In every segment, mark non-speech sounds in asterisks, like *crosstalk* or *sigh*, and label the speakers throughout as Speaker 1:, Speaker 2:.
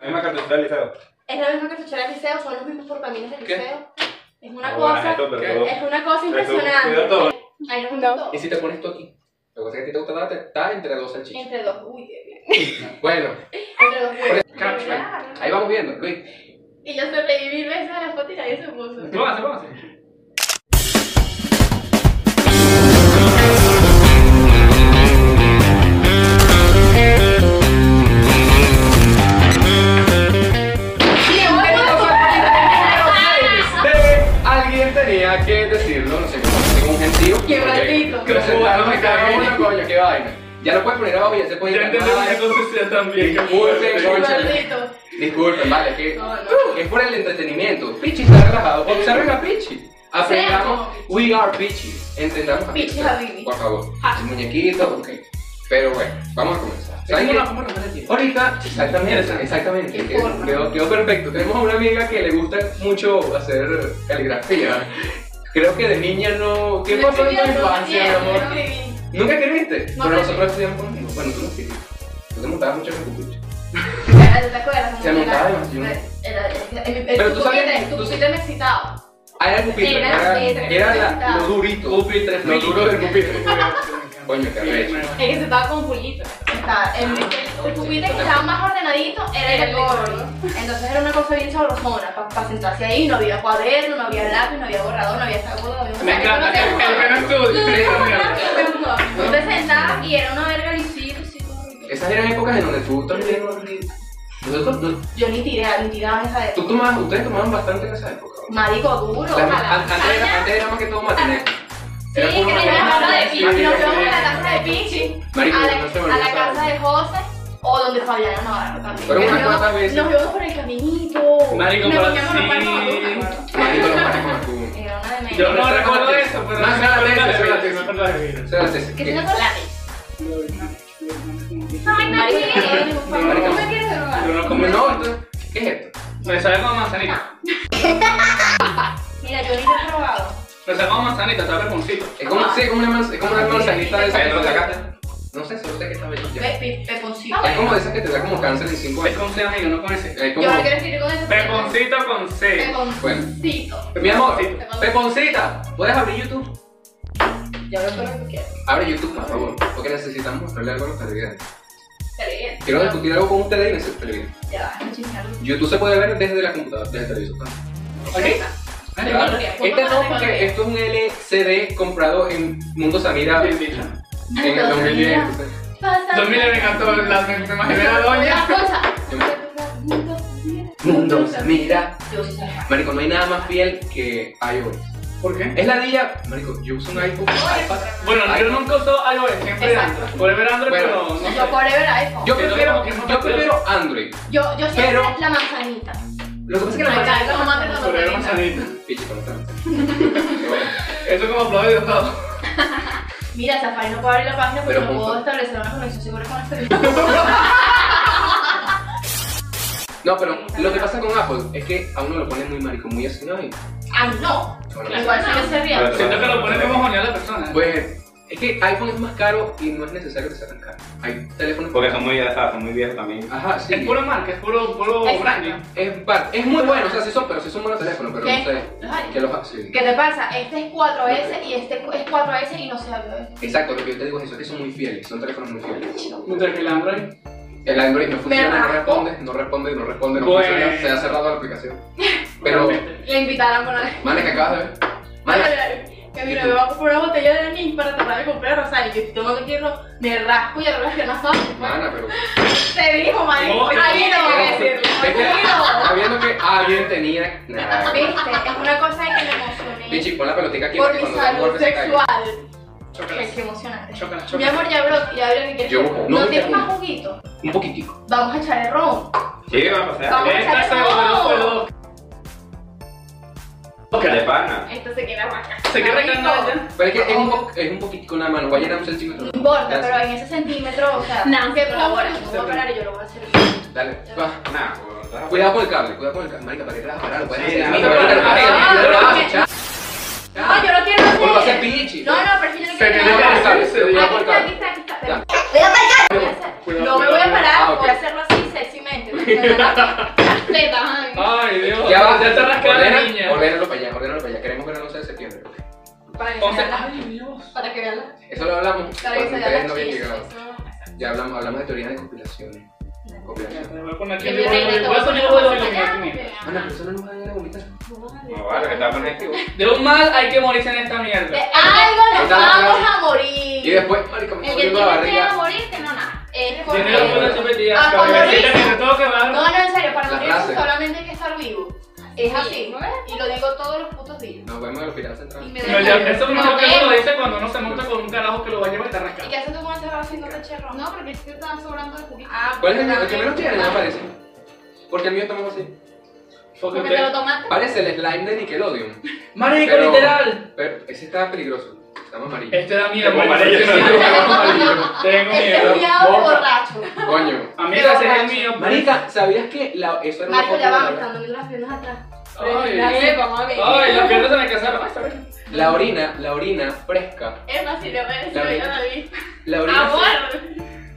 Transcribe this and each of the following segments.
Speaker 1: fachada del liceo.
Speaker 2: Es la misma que fachada del liceo, son los mismos portamines del
Speaker 3: ¿Qué?
Speaker 2: liceo. Es una
Speaker 1: Ah, bueno,
Speaker 2: cosa,
Speaker 1: esto, pero-
Speaker 2: es una
Speaker 1: pero
Speaker 2: cosa
Speaker 1: tú cuida
Speaker 2: impresionante.
Speaker 1: todo.
Speaker 2: Ahí nos
Speaker 4: No.
Speaker 2: juntó
Speaker 3: ¿Y si te pones tú aquí? Lo que pasa es que a ti te gusta darte, está entre dos salchichas.
Speaker 2: entre dos, uy, qué bien.
Speaker 3: Bueno,
Speaker 2: entre dos
Speaker 3: por eso,
Speaker 2: huevos.
Speaker 3: ahí vamos viendo, Luis.
Speaker 2: Y yo se pedí mil veces a la foto y nadie se puso.
Speaker 3: ¿Cómo hace? ¿Cómo hace? Este, Alguien tenía que decirlo, no sé cómo, tengo un gentío.
Speaker 2: Qué maldito.
Speaker 3: Que los ciudadanos me cagan una coño, qué vaina. Ya lo puedes poner abajo y ya se puede
Speaker 1: Ya
Speaker 3: ir
Speaker 1: entendí una cosa sea también. que
Speaker 3: Disculpen,
Speaker 1: fuerte.
Speaker 3: concha.
Speaker 2: Maldito.
Speaker 3: Disculpen, vale, es que
Speaker 2: No, no.
Speaker 3: es por el entretenimiento. Pichi está relajado. Observen a Pichi. Aprendamos.
Speaker 2: Cierto.
Speaker 3: We are Pichi. Entendamos a
Speaker 2: Pichi Habibi.
Speaker 3: Por favor.
Speaker 2: Ah.
Speaker 3: El muñequito, ok. Pero bueno, vamos a comenzar. ¿Saben qué? Ahorita, exactamente, exactamente.
Speaker 2: Qué
Speaker 3: que-
Speaker 2: forma.
Speaker 3: Quedó, quedó perfecto. Tenemos a una amiga que le gusta mucho hacer caligrafía. Creo que de niña no. ¿Qué
Speaker 2: No
Speaker 3: pasó en tu
Speaker 2: escribí, no
Speaker 3: infancia,
Speaker 2: escribí,
Speaker 3: mi amor?
Speaker 2: no escribí.
Speaker 3: Nunca escribiste.
Speaker 2: No,
Speaker 3: pero
Speaker 2: no.
Speaker 3: nosotros estudiamos contigo. Bueno, tú no escribiste. Tú te montabas mucho en el cucucho.
Speaker 2: Ya, ¿Te acuerdas? Como
Speaker 3: Se
Speaker 2: que
Speaker 3: montaba
Speaker 2: era-
Speaker 3: demasiado.
Speaker 2: era- era- el- el-
Speaker 3: Pero
Speaker 2: tu
Speaker 3: tú sabías-
Speaker 2: pupitre- Tu
Speaker 3: tú-
Speaker 2: pupitre me excitaba.
Speaker 3: Ah, era el pupitre.
Speaker 2: Era
Speaker 3: Era,
Speaker 2: el pupitre,
Speaker 3: era la,
Speaker 2: estaba.
Speaker 3: lo durito.
Speaker 1: Pupitre,
Speaker 3: Lo duro del pupitre. Coño, qué arrecho.
Speaker 2: Es
Speaker 1: Pupitre.
Speaker 2: que se estaba con Julito. Estaba- El el pupitre que estaba más ordenadito era el gordo. Entonces era una cosa bien sabrosona. Para sentarse ahí no había cuaderno, no había lápiz, no había borrador, no había saco, no había
Speaker 1: Me encanta, que
Speaker 2: no había-
Speaker 1: el que no
Speaker 2: *laughs*
Speaker 1: estudia.
Speaker 2: Tú te sentabas y era una verga y sí, sí, como-
Speaker 3: Esas eran épocas en donde tú también. no- Nosotros, no-
Speaker 2: Yo ni tiraba, ni tiraba en esa época.
Speaker 3: tú tomabas, ustedes tomaban bastante en esa época. ¿no?
Speaker 2: Marico duro,
Speaker 3: Las-
Speaker 2: ojalá.
Speaker 3: an- antes, era, antes era más que todo matiné.
Speaker 2: Sí, que
Speaker 3: puro
Speaker 2: tenía
Speaker 3: matiné.
Speaker 2: la casa de Pichi.
Speaker 3: Matiné.
Speaker 2: Nos vamos a la casa de Pichi.
Speaker 3: Marico,
Speaker 2: a la,
Speaker 3: no se me
Speaker 2: a la
Speaker 3: olvida esa
Speaker 2: casa de José. O donde Fabiana Navarro también.
Speaker 3: Pero
Speaker 2: Nos
Speaker 3: unas
Speaker 2: íbamos-
Speaker 3: cuantas veces.
Speaker 2: Nos íbamos por el caminito.
Speaker 1: Marico,
Speaker 2: Nos
Speaker 1: pero
Speaker 2: poníamos los
Speaker 1: sí.
Speaker 2: palmos a luz, ¿te acuerdas?
Speaker 3: Maldito los maricos macumbos.
Speaker 2: Era una de menos.
Speaker 1: Yo no recuerdo eso, pero.
Speaker 3: Más grande,
Speaker 1: Espérate,
Speaker 3: espérate,
Speaker 1: espérate,
Speaker 3: espérate.
Speaker 1: espérate, espérate.
Speaker 3: O sea, te-
Speaker 2: Que
Speaker 3: que-
Speaker 2: si no te la- Ay, Marico,
Speaker 3: Marico.
Speaker 2: ¿cómo me quieres drogar?
Speaker 1: Yo no
Speaker 3: como
Speaker 1: comí.
Speaker 3: no, entonces, ¿qué es esto?
Speaker 1: Me Pues sabe como manzanita.
Speaker 2: Mira, yo ni lo he probado.
Speaker 1: Me Pues sabe como manzanita, está peponcito.
Speaker 3: Es como, sí, es como una, manz- es como una manzanita de esas que
Speaker 1: Pero
Speaker 3: te
Speaker 1: la
Speaker 3: saca. No sé, solo sé que está bello ya.
Speaker 2: Pe- pe- Peponcito.
Speaker 3: Es como de esas que te da como cáncer en
Speaker 1: Es
Speaker 3: 5
Speaker 1: Pues
Speaker 3: años.
Speaker 1: con C, amigo, no con S.
Speaker 3: Es
Speaker 2: Yo no
Speaker 3: como.
Speaker 2: quiero escribir con eso.
Speaker 1: Peponcito con C.
Speaker 2: Peponcito.
Speaker 3: Mi amor, eh,
Speaker 2: Peponcito.
Speaker 3: Peponcita, ¿puedes abrir YouTube?
Speaker 2: Yo hablo todo lo que quieras.
Speaker 3: Abre YouTube, por favor, porque necesitamos mostrarle algo a los televidentes.
Speaker 2: Está bien.
Speaker 3: Quiero discutir algo con ustedes y necesito televidentes.
Speaker 2: Ya vas a chingar.
Speaker 3: YouTube se puede ver desde la computadora, desde el televisor.
Speaker 2: Ahí
Speaker 3: ¿Ok?
Speaker 2: está.
Speaker 3: Vale, vale.
Speaker 2: Tecnología,
Speaker 3: Este
Speaker 2: pongo
Speaker 3: no,
Speaker 2: la
Speaker 3: porque
Speaker 2: tecnología.
Speaker 3: esto es un LCD comprado en Mundo Samira
Speaker 1: Bien
Speaker 3: en
Speaker 1: dicho.
Speaker 3: el 2010.
Speaker 2: Pasa.
Speaker 1: 2000 me encantó, la, me me imaginé a la
Speaker 2: Una
Speaker 1: doña.
Speaker 2: cosa.
Speaker 3: Mundo Samira.
Speaker 2: Yo sí sabía.
Speaker 3: Marico, no hay nada más fiel que iOS.
Speaker 1: ¿Por qué?
Speaker 3: Es la dilla, Marico, yo uso un iPhone, un iPad.
Speaker 1: Bueno, yo nunca uso iOS, siempre
Speaker 2: Exacto.
Speaker 1: Android. Por ver Android,
Speaker 3: Bueno.
Speaker 1: pero no
Speaker 2: Yo
Speaker 1: sé.
Speaker 2: forever iPhone.
Speaker 3: Yo
Speaker 1: Pero
Speaker 3: prefiero,
Speaker 1: no, no,
Speaker 3: yo
Speaker 1: no,
Speaker 3: prefiero Android.
Speaker 2: Yo, yo siempre
Speaker 3: Pero-
Speaker 2: la manzanita.
Speaker 3: Lo que pasa es que la
Speaker 2: Ay,
Speaker 3: manzana.
Speaker 2: ya, no, mate, no,
Speaker 1: Por ver
Speaker 2: no, no.
Speaker 1: manzanita.
Speaker 3: Pichi, ¿cómo están?
Speaker 1: Eso es como aplaudir de todo.
Speaker 2: Mira, Safari no puedo abrir la página porque
Speaker 3: Pero
Speaker 2: no puedo
Speaker 3: punto.
Speaker 2: establecer una conexión segura con este el celular.
Speaker 3: *laughs* No, pero lo que pasa con Apple es que a uno lo pone muy marico, muy así, ¿no? Y-
Speaker 2: Ah, no.
Speaker 3: Bueno,
Speaker 2: Igual si yo se ría.
Speaker 1: Siento que lo pone como joñar a la persona.
Speaker 3: Pues es que iPhone es más caro y no es necesario que sea tan caro. Hay teléfonos.
Speaker 5: Porque son muy viejas, son muy viejas también.
Speaker 3: Ajá, sí.
Speaker 1: Es puro marca, es puro, puro
Speaker 2: Exacto.
Speaker 1: branding.
Speaker 3: Es, par- es muy bueno, o sea, sí son, pero sí son buenos teléfonos, pero
Speaker 2: ¿Qué?
Speaker 3: no sé.
Speaker 2: Los hay.
Speaker 3: Que los ha- sí.
Speaker 2: ¿Qué te pasa? Este es 4S y este es 4S y no se habla.
Speaker 3: Exacto, lo que yo te digo es eso, que son muy fieles, son teléfonos muy fieles.
Speaker 1: Mientras que el Android.
Speaker 3: El Android no
Speaker 2: Me
Speaker 3: funciona, no
Speaker 2: raspo.
Speaker 3: responde, no responde, no responde, no
Speaker 1: Pues-
Speaker 3: funciona, se ha cerrado la aplicación.
Speaker 5: *laughs*
Speaker 3: Pero,
Speaker 1: realmente.
Speaker 2: Le invitarán por la.
Speaker 3: manes que acabas de ver. Manes,
Speaker 2: *laughs* Que mira, me va a comprar una botella de anís para tratar de comprar Rosario. Yo estoy tomando quiero, me rasco y arreglo las piernas.
Speaker 3: mana, pero.
Speaker 2: Te dijo, marico.
Speaker 1: No,
Speaker 2: Ahí no voy a
Speaker 3: Es
Speaker 2: decirlo.
Speaker 3: que *laughs* está viendo que alguien tenía. Nah,
Speaker 2: Viste, es una cosa de que me emocioné
Speaker 3: Pichi, pon la pelotica aquí
Speaker 2: por
Speaker 3: para que
Speaker 2: mi
Speaker 3: cuando dé un
Speaker 2: salud
Speaker 3: golpe se caiga.
Speaker 2: sexual.
Speaker 1: Chócalas,
Speaker 2: Que que emocionante.
Speaker 1: chócalas,
Speaker 2: Mi
Speaker 1: chócalas.
Speaker 2: amor, ya bro, ya abrió que quieres.
Speaker 3: Yo,
Speaker 2: ¿No,
Speaker 3: no,
Speaker 2: tienes
Speaker 3: no.
Speaker 2: más juguito?
Speaker 3: Un poquitico.
Speaker 2: Vamos a echar el ron.
Speaker 5: Sí, vamos a
Speaker 2: Vamos.
Speaker 5: hacer.
Speaker 1: Esta se
Speaker 2: ¡No!
Speaker 1: volvió
Speaker 5: De
Speaker 1: pedo.
Speaker 5: pana.
Speaker 2: Esto se queda vaca.
Speaker 1: Se queda
Speaker 2: Marico,
Speaker 1: candela.
Speaker 3: Pero es que es un, po- es un poquitico nada más, no vaya a un centímetro.
Speaker 2: No importa,
Speaker 3: Gracias.
Speaker 2: pero en ese centímetro, o sea,
Speaker 4: Nancy,
Speaker 2: que
Speaker 4: por
Speaker 2: colabora.
Speaker 4: favor.
Speaker 2: Yo voy a parar y yo lo voy a hacer.
Speaker 3: Ah. Dale, va.
Speaker 5: Nah, gorda.
Speaker 3: Cuidado con el cable, cuidado con el cable. Marica, ¿para qué te vas a parar? Lo puedes
Speaker 5: Sí,
Speaker 3: hacer.
Speaker 5: no,
Speaker 3: Mira,
Speaker 1: no,
Speaker 3: marica,
Speaker 1: no,
Speaker 3: lo puedes
Speaker 2: no,
Speaker 3: hacer.
Speaker 2: no,
Speaker 3: Lo
Speaker 2: no,
Speaker 3: haces, chao.
Speaker 2: No, yo lo quiero hacer.
Speaker 3: Pues lo hace Pichi.
Speaker 2: No, no, pero es
Speaker 1: Se
Speaker 2: que yo no
Speaker 1: quedó
Speaker 2: quiero
Speaker 3: Cuidado con el
Speaker 2: hacer.
Speaker 3: cable,
Speaker 1: Se
Speaker 2: Aquí
Speaker 3: cuidado con el
Speaker 2: está, aquí
Speaker 3: cable.
Speaker 2: está, aquí está.
Speaker 3: Ya. Ah, *laughs*
Speaker 2: Voy a parar. No me voy a parar, voy a hacerlo así sexymente.
Speaker 3: Ah,
Speaker 2: veanla.
Speaker 1: Dios.
Speaker 2: Para que veanla.
Speaker 3: Eso lo hablamos.
Speaker 2: Para que
Speaker 3: cuando
Speaker 2: se vean
Speaker 3: ustedes no
Speaker 2: las
Speaker 3: habían
Speaker 2: chistes.
Speaker 3: llegado. Ya hablamos, hablamos de teorías de compilaciones.
Speaker 2: eso.
Speaker 3: Compilación.
Speaker 1: Me voy a poner aquí.
Speaker 2: Que
Speaker 1: Voy
Speaker 2: mi
Speaker 1: a
Speaker 2: reina,
Speaker 1: poner
Speaker 2: te
Speaker 1: algo de
Speaker 2: vas a
Speaker 1: la
Speaker 2: callar,
Speaker 1: comida.
Speaker 3: Ah, las
Speaker 2: vea.
Speaker 3: personas no van a ir a vomitar.
Speaker 2: pues,
Speaker 5: No vale, que está con este.
Speaker 1: De un mal hay que morirse en esta
Speaker 2: De
Speaker 1: mierda.
Speaker 2: algo nos
Speaker 3: Está
Speaker 2: vamos
Speaker 3: bien.
Speaker 2: a
Speaker 3: Y
Speaker 2: morir.
Speaker 3: después, marico, me
Speaker 4: El
Speaker 3: está
Speaker 4: que
Speaker 3: doliendo la
Speaker 4: tiene miedo a
Speaker 3: barriga.
Speaker 4: morirse no nada.
Speaker 2: Es
Speaker 1: Dinero
Speaker 2: porque.
Speaker 1: por la chupetilla.
Speaker 2: Ah, cuando
Speaker 1: Cabecita que
Speaker 2: dice-
Speaker 1: te toque, va.
Speaker 2: No, no, en serio, para
Speaker 3: La
Speaker 2: morirse
Speaker 3: frase.
Speaker 2: solamente hay que estar vivo. Es así.
Speaker 4: Sí.
Speaker 2: Y lo digo todos los putos días.
Speaker 3: Nos vemos en el hospital
Speaker 2: Y
Speaker 3: central.
Speaker 2: me
Speaker 1: No,
Speaker 2: da
Speaker 1: ya,
Speaker 2: miedo.
Speaker 1: eso es
Speaker 4: No,
Speaker 1: lo que uno
Speaker 4: ven.
Speaker 1: dice cuando uno se monta con un carajo que lo va a llevar y te arranca.
Speaker 2: ¿Y qué haces tú con ese brazo y no te cherrón?
Speaker 4: No, porque te están sobrando de poquito.
Speaker 2: Ah,
Speaker 3: ¿Cuál es el, el que
Speaker 2: también.
Speaker 3: menos tiene? No
Speaker 2: Ah,
Speaker 3: parece. Porque el mío estamos así.
Speaker 1: Porque
Speaker 4: Porque te lo
Speaker 1: usted-
Speaker 4: tomaste.
Speaker 3: Parece el slime de Nickelodeon.
Speaker 1: Marico,
Speaker 3: Pero-
Speaker 1: literal.
Speaker 3: Pero ese está peligroso. Estamos amarillo.
Speaker 1: Este da miedo,
Speaker 5: Como
Speaker 1: marico.
Speaker 5: amarillo.
Speaker 1: Sí, sí,
Speaker 3: *laughs*
Speaker 1: estamos amarillo. Tengo
Speaker 2: Este
Speaker 1: miedo.
Speaker 2: cuidado
Speaker 3: Borra.
Speaker 2: borracho.
Speaker 3: Coño.
Speaker 1: Amiga, ese es el mío.
Speaker 3: Marica, ¿sabías que la, eso era
Speaker 2: Marco
Speaker 3: una
Speaker 2: ya va, me
Speaker 3: foto?
Speaker 2: están dando las piernas atrás.
Speaker 1: Ay,
Speaker 4: Eh, vamos a ver.
Speaker 1: ay, las piernas se me casaron. Ay, está bien.
Speaker 3: de la, la orina, la orina fresca.
Speaker 2: Es más, si le
Speaker 3: La
Speaker 2: regreso,
Speaker 3: vi.
Speaker 2: yo la vi.
Speaker 3: La orina,
Speaker 2: Ah, Amor.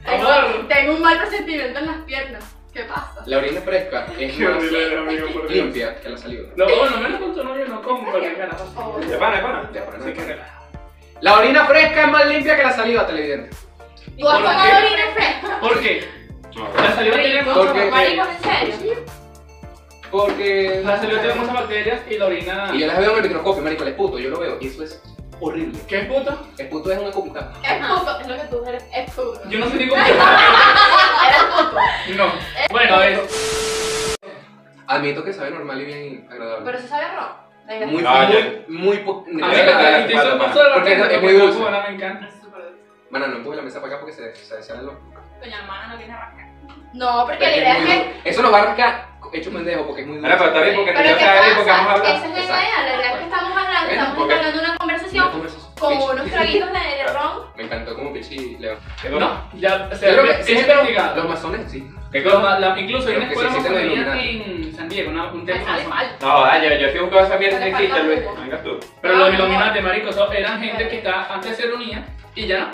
Speaker 2: Tengo,
Speaker 1: Amor.
Speaker 2: tengo un mal presentimiento en las piernas. ¿Qué pasa?
Speaker 3: la orina fresca es
Speaker 1: Qué
Speaker 3: más
Speaker 1: horrible era, amigo, por Dios.
Speaker 3: limpia que la saliva.
Speaker 1: No, bueno, menos con tu novio no como, porque carajo.
Speaker 2: Oh.
Speaker 5: De pana, de pana.
Speaker 3: De pana, de
Speaker 5: Sí, que-
Speaker 3: La orina fresca es más limpia que la saliva, televidente.
Speaker 2: ¿Tú has
Speaker 1: ¿Por
Speaker 2: tomado
Speaker 1: qué?
Speaker 2: orina fresca?
Speaker 1: ¿Por qué?
Speaker 5: No,
Speaker 1: La saliva tiene
Speaker 4: Rico.
Speaker 1: muchas
Speaker 3: Porque-
Speaker 4: Marico,
Speaker 1: bacterias.
Speaker 4: en serio.
Speaker 3: Porque...
Speaker 1: La saliva tiene muchas bacterias y la orina.
Speaker 3: Y yo las veo en el microscopio, marico, les puto, yo lo veo. Y eso es horrible.
Speaker 1: ¿Qué es puto?
Speaker 3: El puto es una copita.
Speaker 2: Es puto, es lo que tú eres, es Ah, puto.
Speaker 1: Yo no sé
Speaker 3: *laughs*
Speaker 1: ni cómo.
Speaker 2: Eres puto.
Speaker 1: No. Bueno, a ver.
Speaker 3: Admito que sabe normal y bien agradable.
Speaker 2: Pero se sabe a ron. Venga.
Speaker 3: muy,
Speaker 5: Ah,
Speaker 3: muy, muy po-
Speaker 1: A ver, la
Speaker 5: Dale, dale,
Speaker 1: hizo un
Speaker 5: dale,
Speaker 1: paso de la
Speaker 3: porque
Speaker 1: mesa,
Speaker 3: es- es
Speaker 1: porque
Speaker 3: muy
Speaker 1: la
Speaker 3: dulce.
Speaker 1: cubana me encanta.
Speaker 2: Es súper dulce.
Speaker 3: Mano, no empuje la mesa para acá porque se, se desean los...
Speaker 4: Coño, hermana, no tiene arrancar.
Speaker 2: No, porque la
Speaker 3: Pero
Speaker 2: idea
Speaker 3: es
Speaker 2: es
Speaker 3: muy
Speaker 2: que.
Speaker 3: duro. Eso lo va a arrancar hecho un pendejo porque es muy duro.
Speaker 5: Ahora, pero está bien porque
Speaker 2: Pero
Speaker 5: tú
Speaker 2: ¿qué
Speaker 5: ya sabes porque vamos a
Speaker 2: pasa?
Speaker 5: hablar.
Speaker 2: Esa es la idea.
Speaker 3: Exacto.
Speaker 2: La idea es que estamos hablando,
Speaker 3: Bueno,
Speaker 2: estamos
Speaker 3: porque-
Speaker 2: hablando de una
Speaker 3: Una
Speaker 2: conversación
Speaker 3: conversación.
Speaker 2: con
Speaker 3: Pichi. *laughs*
Speaker 2: unos traguitos de, de ron.
Speaker 3: Me encantó como Pichi le va.
Speaker 1: No, ya se
Speaker 3: Yo creo
Speaker 1: ha
Speaker 3: que sí,
Speaker 1: es
Speaker 3: pero
Speaker 5: Ah.
Speaker 1: investigado.
Speaker 3: los masones sí.
Speaker 1: Los ma- la- incluso hay una
Speaker 3: Creo que
Speaker 1: escuela
Speaker 3: sí, sí, se lo
Speaker 1: masonería
Speaker 3: iluminaron.
Speaker 1: en San Diego, una- un
Speaker 2: Ay,
Speaker 1: templo
Speaker 2: sale
Speaker 1: masón.
Speaker 2: mal.
Speaker 5: No, dale, yo, yo estoy buscando esa mierda
Speaker 2: Dale,
Speaker 5: que existe,
Speaker 2: falta
Speaker 5: Luis.
Speaker 2: poco.
Speaker 5: Venga tú.
Speaker 1: Pero los iluminantes, marico, son- eran gente que está, antes se reunía y ya no. O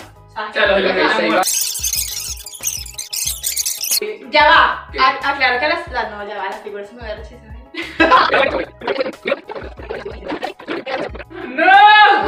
Speaker 1: sea, los
Speaker 3: Pero que
Speaker 1: iluminantes
Speaker 3: se
Speaker 1: muertos.
Speaker 2: Ya va.
Speaker 3: ¿Qué?
Speaker 2: A- Aclaro que las. la- No, ya va, las figuras se me ven rechísimas.
Speaker 3: iba-
Speaker 1: ¡No!
Speaker 3: Un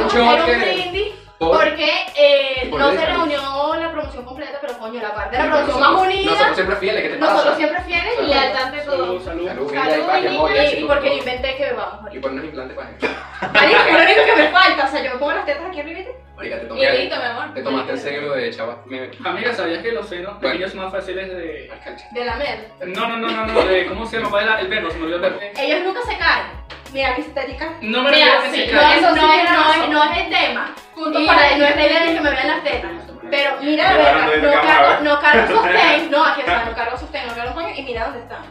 Speaker 2: Era un
Speaker 3: choque.
Speaker 2: brindis
Speaker 3: Por-
Speaker 2: porque eh,
Speaker 3: por
Speaker 2: no se
Speaker 3: esa.
Speaker 2: reunió la promoción completa, pero coño, la parte de la
Speaker 3: Nosotros-
Speaker 2: promoción más unida.
Speaker 3: Nosotros siempre fieles, ¿qué te pasa?
Speaker 2: Nosotros siempre fieles y
Speaker 3: Salud.
Speaker 2: lealtad ante
Speaker 1: Salud,
Speaker 2: todo.
Speaker 1: salud.
Speaker 3: Salud, mira,
Speaker 2: Salud,
Speaker 3: para que
Speaker 2: niña,
Speaker 3: joyas,
Speaker 2: y,
Speaker 3: sí,
Speaker 2: y porque yo
Speaker 3: por favor.
Speaker 2: inventé que bebamos.
Speaker 3: Y *laughs*
Speaker 2: ahorita.
Speaker 3: ponernos implantes pues. para gente.
Speaker 2: Marico, es lo único que me falta. O sea, yo me pongo las tetas aquí arriba
Speaker 3: Marica, te
Speaker 2: y
Speaker 3: tomé.
Speaker 2: listo, mi amor.
Speaker 3: Te tomaste el cerebro de chaval. Me-
Speaker 1: Amiga, ¿sabías que los senos
Speaker 3: Bueno.
Speaker 1: pequeños son más fáciles de.
Speaker 3: Marica, el ch-
Speaker 2: De la mer.
Speaker 1: No, no, no, no, no, de. ¿Cómo se llama? ¿Cuál era el verbo? Se me olvidó el verbo.
Speaker 2: Ellos nunca se caen. Mira, que se te chica.
Speaker 1: No me
Speaker 2: Mira,
Speaker 1: refiero a que
Speaker 2: sí,
Speaker 1: se
Speaker 2: no, es,
Speaker 1: caiga.
Speaker 2: no,
Speaker 4: Eso sí
Speaker 2: es,
Speaker 4: tiene
Speaker 2: no, es,
Speaker 4: razón.
Speaker 2: no es el tema.
Speaker 4: Punto
Speaker 2: Y
Speaker 4: para
Speaker 2: no es la idea de que me vean las tetas. Pero mira, de
Speaker 5: Pero
Speaker 2: verdad,
Speaker 5: hablando de
Speaker 2: no
Speaker 5: cámara,
Speaker 2: cargo,
Speaker 5: ¿verdad?
Speaker 2: no cargo sostén. No, aquí, o sea, no cargo sostén, no cargo coño y mira dónde están.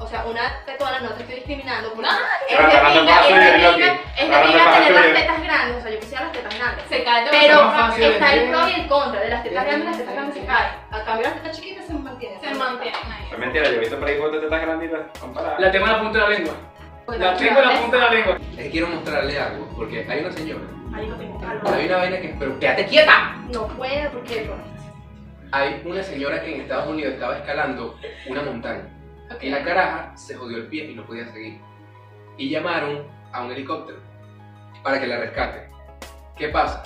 Speaker 2: O sea, una tetona no te estoy discriminando. Porque es de
Speaker 5: Pero agarrando
Speaker 2: pinga, es
Speaker 5: paso y
Speaker 2: de
Speaker 5: el
Speaker 2: pinga,
Speaker 5: Loki.
Speaker 2: es de
Speaker 5: Agarrando
Speaker 2: pinga
Speaker 5: paso
Speaker 2: tener
Speaker 5: y el-
Speaker 2: las tetas grandes. O sea, yo quisiera las tetas grandes.
Speaker 4: Se cae de
Speaker 2: Pero
Speaker 1: más fácil de
Speaker 2: está el
Speaker 1: entender.
Speaker 2: pro y el contra. De las tetas grandes, las tetas grandes se caen. A cambio, las tetas chiquitas se mantienen.
Speaker 4: Se mantiene ahí.
Speaker 5: Es mentira, yo he visto por ahí fotos de estas granditas comparadas.
Speaker 1: La tengo en la punta de la lengua. La tengo en la punta de la lengua.
Speaker 3: Es que quiero mostrarle algo, porque hay una señora.
Speaker 2: Marico, tengo calor.
Speaker 3: Hay una vaina que. Pero quédate quieta.
Speaker 2: No puedo porque no.
Speaker 3: Hay una señora que en Estados Unidos estaba escalando una montaña. Y la caraja se jodió el pie y no podía seguir. Y llamaron a un helicóptero para que la rescate. ¿Qué pasa?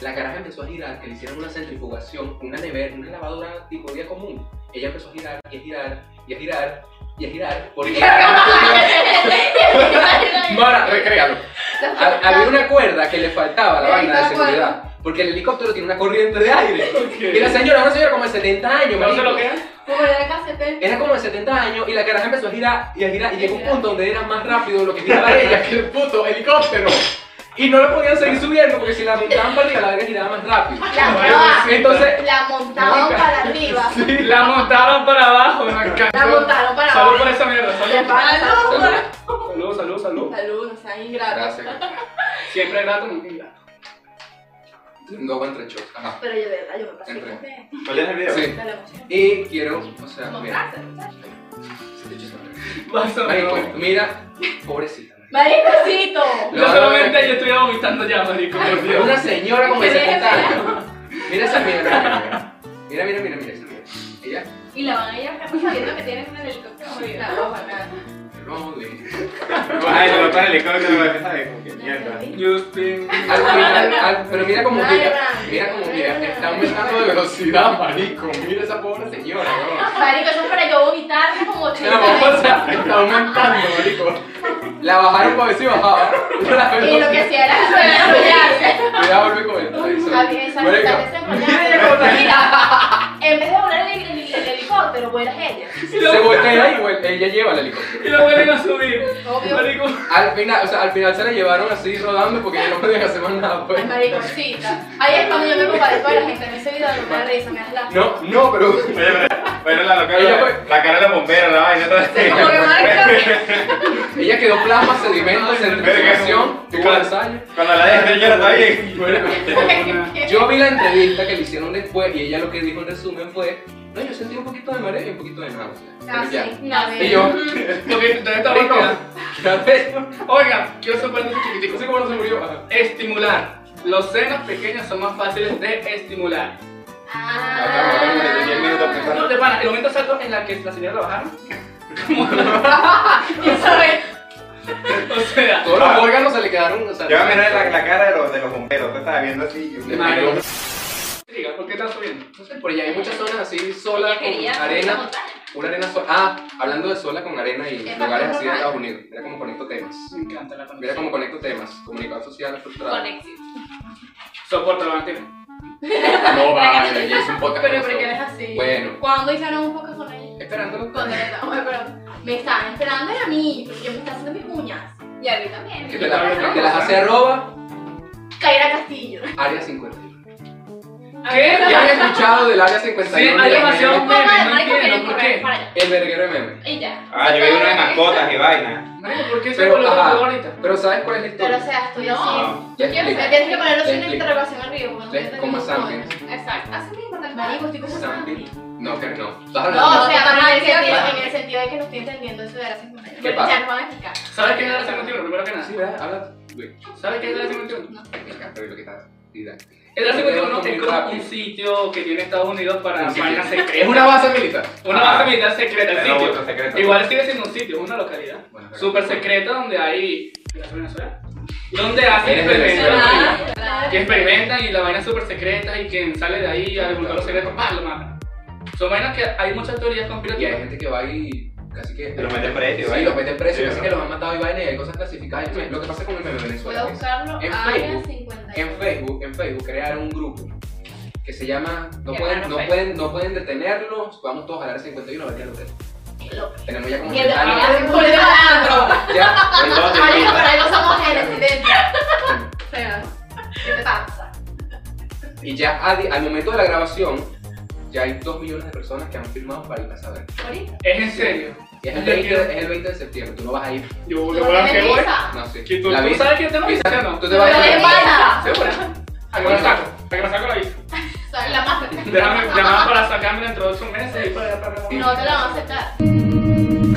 Speaker 3: La caraja empezó a girar, que le hicieron una centrifugación, una nevera, una lavadora tipo día común. Ella empezó a girar y a girar y a girar y a girar
Speaker 2: *laughs*
Speaker 3: porque... Mara, recréalo. Ha- Había una cuerda que le faltaba a la banda de seguridad. Porque el helicóptero tiene una corriente
Speaker 1: *laughs*
Speaker 3: de aire. Y la señora, una señora como de 70 años,
Speaker 1: ¿No se
Speaker 3: marico.
Speaker 1: lo queda?
Speaker 2: Como la KCP.
Speaker 3: Era como de 70 años y la caraja empezó a girar y a girar y llegó un punto donde era más rápido lo que giraba ella que el puto helicóptero. Y no la podían seguir subiendo porque si la montaban para arriba la verga giraba más rápido.
Speaker 2: La
Speaker 1: Bueno,
Speaker 2: ah,
Speaker 1: sí.
Speaker 3: Entonces,
Speaker 2: La montaron
Speaker 3: Marica.
Speaker 2: para arriba.
Speaker 1: La montaron para abajo.
Speaker 2: La montaron para
Speaker 1: Salud por
Speaker 2: abajo.
Speaker 1: esa mierda.
Speaker 2: Le
Speaker 1: Salud,
Speaker 2: pasa.
Speaker 1: salud, salud. salud.
Speaker 2: Salud, no sean ingratos.
Speaker 3: gracias.
Speaker 1: Siempre grato, nunca ingrato.
Speaker 3: No va entre shock. Ajá.
Speaker 2: Pero yo de verdad, yo me pasé
Speaker 3: Entre.
Speaker 2: de
Speaker 5: ¿Oyes el video?
Speaker 3: Sí.
Speaker 2: de la emoción.
Speaker 3: Y quiero, o sea, mira.
Speaker 2: Mostrarse, muchachos.
Speaker 1: Vas a
Speaker 3: Marico,
Speaker 1: ver.
Speaker 3: mira, pobrecita. marico.
Speaker 2: Maricocito.
Speaker 1: Yo solamente yo estuviera vomitando ya, marico. Por Dios.
Speaker 3: Una señora como de
Speaker 2: Se ve
Speaker 3: 70 años. Mira esa mierda. Mira, mira, mira, mira esa mierda. Ella
Speaker 4: Y la van a llevar sabiendo que tienes un helicóptero. muy grande.
Speaker 2: No, para nada.
Speaker 3: no, de-
Speaker 5: *laughs* Ay, lo botan el helicóptero, ¿sabes? Como que mierda.
Speaker 3: Al final, al- pero mira cómo
Speaker 2: Ay,
Speaker 3: mira,
Speaker 2: Randy.
Speaker 3: mira cómo mira,
Speaker 2: Ay,
Speaker 3: está
Speaker 2: Randy.
Speaker 3: aumentando de velocidad, marico. Mira esa pobre señora, weón.
Speaker 2: Marico, eso es para yo vomitar como 80
Speaker 3: La
Speaker 2: veces.
Speaker 3: babosa está aumentando, marico. La bajaron para ver si bajaba.
Speaker 2: Y lo que hacía era enrollarse.
Speaker 3: Cuidado, volví con el
Speaker 2: A mí esa mitad se
Speaker 3: Marico, mira cómo
Speaker 2: enrollaba.
Speaker 3: está.
Speaker 2: Mira, en vez de volar el, el- el helicóptero, vuelas ella.
Speaker 3: Se voltea y vuel- ella lleva el helicóptero.
Speaker 1: Y la vuelven a subir.
Speaker 2: Obvio.
Speaker 1: Marico.
Speaker 3: Al final, o sea, al final se la llevaron así rodando porque ya no podían hacer más nada, pues.
Speaker 2: Ay, mariconcita. Ahí es cuando yo me compadezco de la gente. En ese video no me da risa, me das la.
Speaker 3: No, no, pero.
Speaker 5: Oye, pero, bueno, la loca,
Speaker 3: Ella
Speaker 5: la,
Speaker 3: fue-
Speaker 5: la cara de la bombera, la vaina, todo este- así.
Speaker 4: Como que marca.
Speaker 3: Ella quedó plasma, sedimento, centrifugación,
Speaker 5: Verga.
Speaker 3: tuvo ensayo.
Speaker 5: Cuando la dejan ella está bien.
Speaker 3: Yo vi la entrevista que le hicieron después y ella lo que dijo en resumen fue: No, yo sentí un poquito de mareo y un poquito de náusea.
Speaker 2: Ah,
Speaker 3: Pero ya.
Speaker 2: sí.
Speaker 4: No,
Speaker 3: Y yo,
Speaker 1: Porque entonces estaba
Speaker 3: marico, *laughs*
Speaker 1: quedando.
Speaker 3: ¿qué haces?
Speaker 1: Oiga, quiero sorprender un chiquitico.
Speaker 3: No sé cómo no se murió. Ajá.
Speaker 1: Estimular. Los senos pequeños son más fáciles de estimular.
Speaker 2: Ah.
Speaker 5: Acabamos de 10 minutos pensando.
Speaker 1: No, de pana, el momento exacto en la que la señora la bajaron.
Speaker 2: ¿Quién sabe?
Speaker 1: O sea,
Speaker 3: Todos los órganos se le quedaron. O sea,
Speaker 5: Yo voy a mirar la, la cara de los, de los bomberos, te estaba viendo así. yo-
Speaker 1: Madre. diga, ¿por qué estás subiendo?
Speaker 3: No sé, por allá hay muchas zonas así, sola, con
Speaker 4: Quería
Speaker 3: arena.
Speaker 4: montaña.
Speaker 3: Una arena sola. Ah, hablando de sola con arena y
Speaker 2: Es
Speaker 3: lugares así de
Speaker 2: normal.
Speaker 3: Estados Unidos. Mira cómo conecto temas.
Speaker 1: Me encanta la conexión.
Speaker 3: Mira cómo conecto temas. Comunicado social, frustrado.
Speaker 4: Conexis.
Speaker 1: Soporta la mantengo.
Speaker 3: No vale, ya es un podcast.
Speaker 2: Pero
Speaker 3: con
Speaker 2: porque eres
Speaker 3: eso.
Speaker 2: así.
Speaker 3: Bueno,
Speaker 2: ¿Cuándo hicieron un poco con ella?
Speaker 3: esperándolo.
Speaker 2: Cuando le estábamos esperando. Me estaban esperando a mí, porque me están haciendo mis uñas.
Speaker 4: Y a mí
Speaker 3: Que
Speaker 4: también.
Speaker 3: te, la- te las hace arroba,
Speaker 2: Caer a Castillo.
Speaker 3: área 51.
Speaker 1: ¿Qué?
Speaker 3: ¿Qué han escuchado del área
Speaker 1: Sí,
Speaker 3: 51?
Speaker 1: hay demasiado
Speaker 2: Un poco de
Speaker 1: memes, no
Speaker 2: marico que
Speaker 1: entiendo
Speaker 2: le
Speaker 1: por
Speaker 2: corre
Speaker 1: qué.
Speaker 2: para allá.
Speaker 3: El verguero de meme.
Speaker 2: Y ya.
Speaker 5: Ah, yo vi una de mascotas y vaina.
Speaker 1: Marico, ¿por qué se
Speaker 3: Pero,
Speaker 1: voló
Speaker 3: ajá.
Speaker 1: todo ahorita?
Speaker 3: Pero ¿sabes cuál es la
Speaker 2: Pero o
Speaker 3: historia?
Speaker 2: sea, estoy así.
Speaker 5: No.
Speaker 3: Te
Speaker 4: yo quiero
Speaker 2: Me
Speaker 3: explico,
Speaker 2: tienes que ponerlo
Speaker 3: te
Speaker 2: sin
Speaker 3: explico.
Speaker 2: interrogación arriba, porque no
Speaker 3: Te-
Speaker 2: entiendo
Speaker 3: como
Speaker 2: cómo
Speaker 3: Sandman.
Speaker 2: son.
Speaker 4: Exacto. Así mismo
Speaker 2: Marico,
Speaker 4: también.
Speaker 2: estoy como
Speaker 3: Something.
Speaker 2: Sandman.
Speaker 3: No, que no.
Speaker 2: No, o
Speaker 3: Estás hablando.
Speaker 4: No,
Speaker 2: sea, en el,
Speaker 4: no,
Speaker 2: sentido,
Speaker 3: no.
Speaker 2: en el sentido de que no estoy entendiendo eso de las circunstancias.
Speaker 3: ¿Qué
Speaker 2: Pero
Speaker 3: pasa?
Speaker 2: Ya nos van a explicar.
Speaker 1: ¿Sabes qué es la segunda Primero que nada.
Speaker 3: Sí, ¿verdad? Habla. Uy,
Speaker 1: ¿Sabes qué es la segunda
Speaker 3: explica, pero lo que está didáctico.
Speaker 1: El área 51
Speaker 3: Muy
Speaker 1: es como un
Speaker 3: rápido.
Speaker 1: sitio que tiene Estados Unidos para
Speaker 3: Un sitio.
Speaker 1: vainas
Speaker 3: Es
Speaker 1: secretas.
Speaker 3: una base militar.
Speaker 1: Una base militar secreta, el
Speaker 5: Pero
Speaker 1: sitio.
Speaker 5: otro secreto.
Speaker 1: Igual sigue siendo un sitio, una localidad.
Speaker 3: Bueno, pero-
Speaker 1: Súper secreta donde hay. ¿Era Venezuela? Donde hacen
Speaker 3: Eres
Speaker 1: experimentos.
Speaker 3: venezolano.
Speaker 4: ¿Verdad? ¿Verdad?
Speaker 1: Que experimentan y la vaina es súper secreta y quien sale de ahí a divulgar los secretos, ¡pam! lo matan. Son vainas que hay muchas teorías
Speaker 3: Y hay
Speaker 1: conspirativas.
Speaker 3: gente que va y casi que.
Speaker 5: Los meten preso,
Speaker 3: Sí,
Speaker 5: vaina.
Speaker 3: los meten preso,
Speaker 5: Sí,
Speaker 3: casi
Speaker 5: ¿no?
Speaker 3: que los han matado y vaina y hay cosas clasificadas. y pues, Lo que pasa con el meme de
Speaker 2: Voy
Speaker 3: Venezuela.
Speaker 2: a
Speaker 3: es-
Speaker 2: buscarlo.
Speaker 3: En
Speaker 2: Área
Speaker 3: Facebook,
Speaker 2: 50.
Speaker 3: En Facebook, en Facebook crearon un grupo que se llama No
Speaker 4: Qué
Speaker 3: pueden,
Speaker 4: raro,
Speaker 3: no
Speaker 4: Facebook.
Speaker 3: pueden, no pueden detenerlos, vamos todos a ganar 51 a ver qué lo tenemos.
Speaker 2: Qué loco.
Speaker 3: Tenemos ya como
Speaker 2: Y el de
Speaker 3: 30 años.
Speaker 2: Marico, por el malandro.
Speaker 3: Ya,
Speaker 5: Entonces,
Speaker 2: Marico,
Speaker 5: mira,
Speaker 2: pero ahí no somos genes, idénticos. O sea, ¿qué te pasa?
Speaker 3: y ya al, al momento de la grabación, ya hay 2 millones de personas que han firmado para ir a saber.
Speaker 2: Ahorita.
Speaker 1: Es en serio.
Speaker 3: Y es el,
Speaker 1: Yo
Speaker 3: 20,
Speaker 1: quiero-
Speaker 3: es el 20 de septiembre, tú no vas a ir.
Speaker 1: Yo
Speaker 2: Tú
Speaker 1: yo
Speaker 2: no
Speaker 1: voy a que
Speaker 2: tienes
Speaker 1: voy.
Speaker 2: visa.
Speaker 3: No sé.
Speaker 1: Que ¿Tú,
Speaker 3: la
Speaker 1: tú
Speaker 3: visa-
Speaker 1: sabes que tengo visa o no?
Speaker 3: Tú te
Speaker 2: Pero
Speaker 3: vas
Speaker 2: ¿qué
Speaker 3: a
Speaker 2: pasa?
Speaker 1: ¿Segura? ¿A qué me la saco? ¿A qué me saco la visa?
Speaker 2: O sea, La más
Speaker 1: Déjame
Speaker 2: *laughs*
Speaker 1: llamar para sacarme dentro de ocho meses y para para-
Speaker 2: No te la van a aceptar.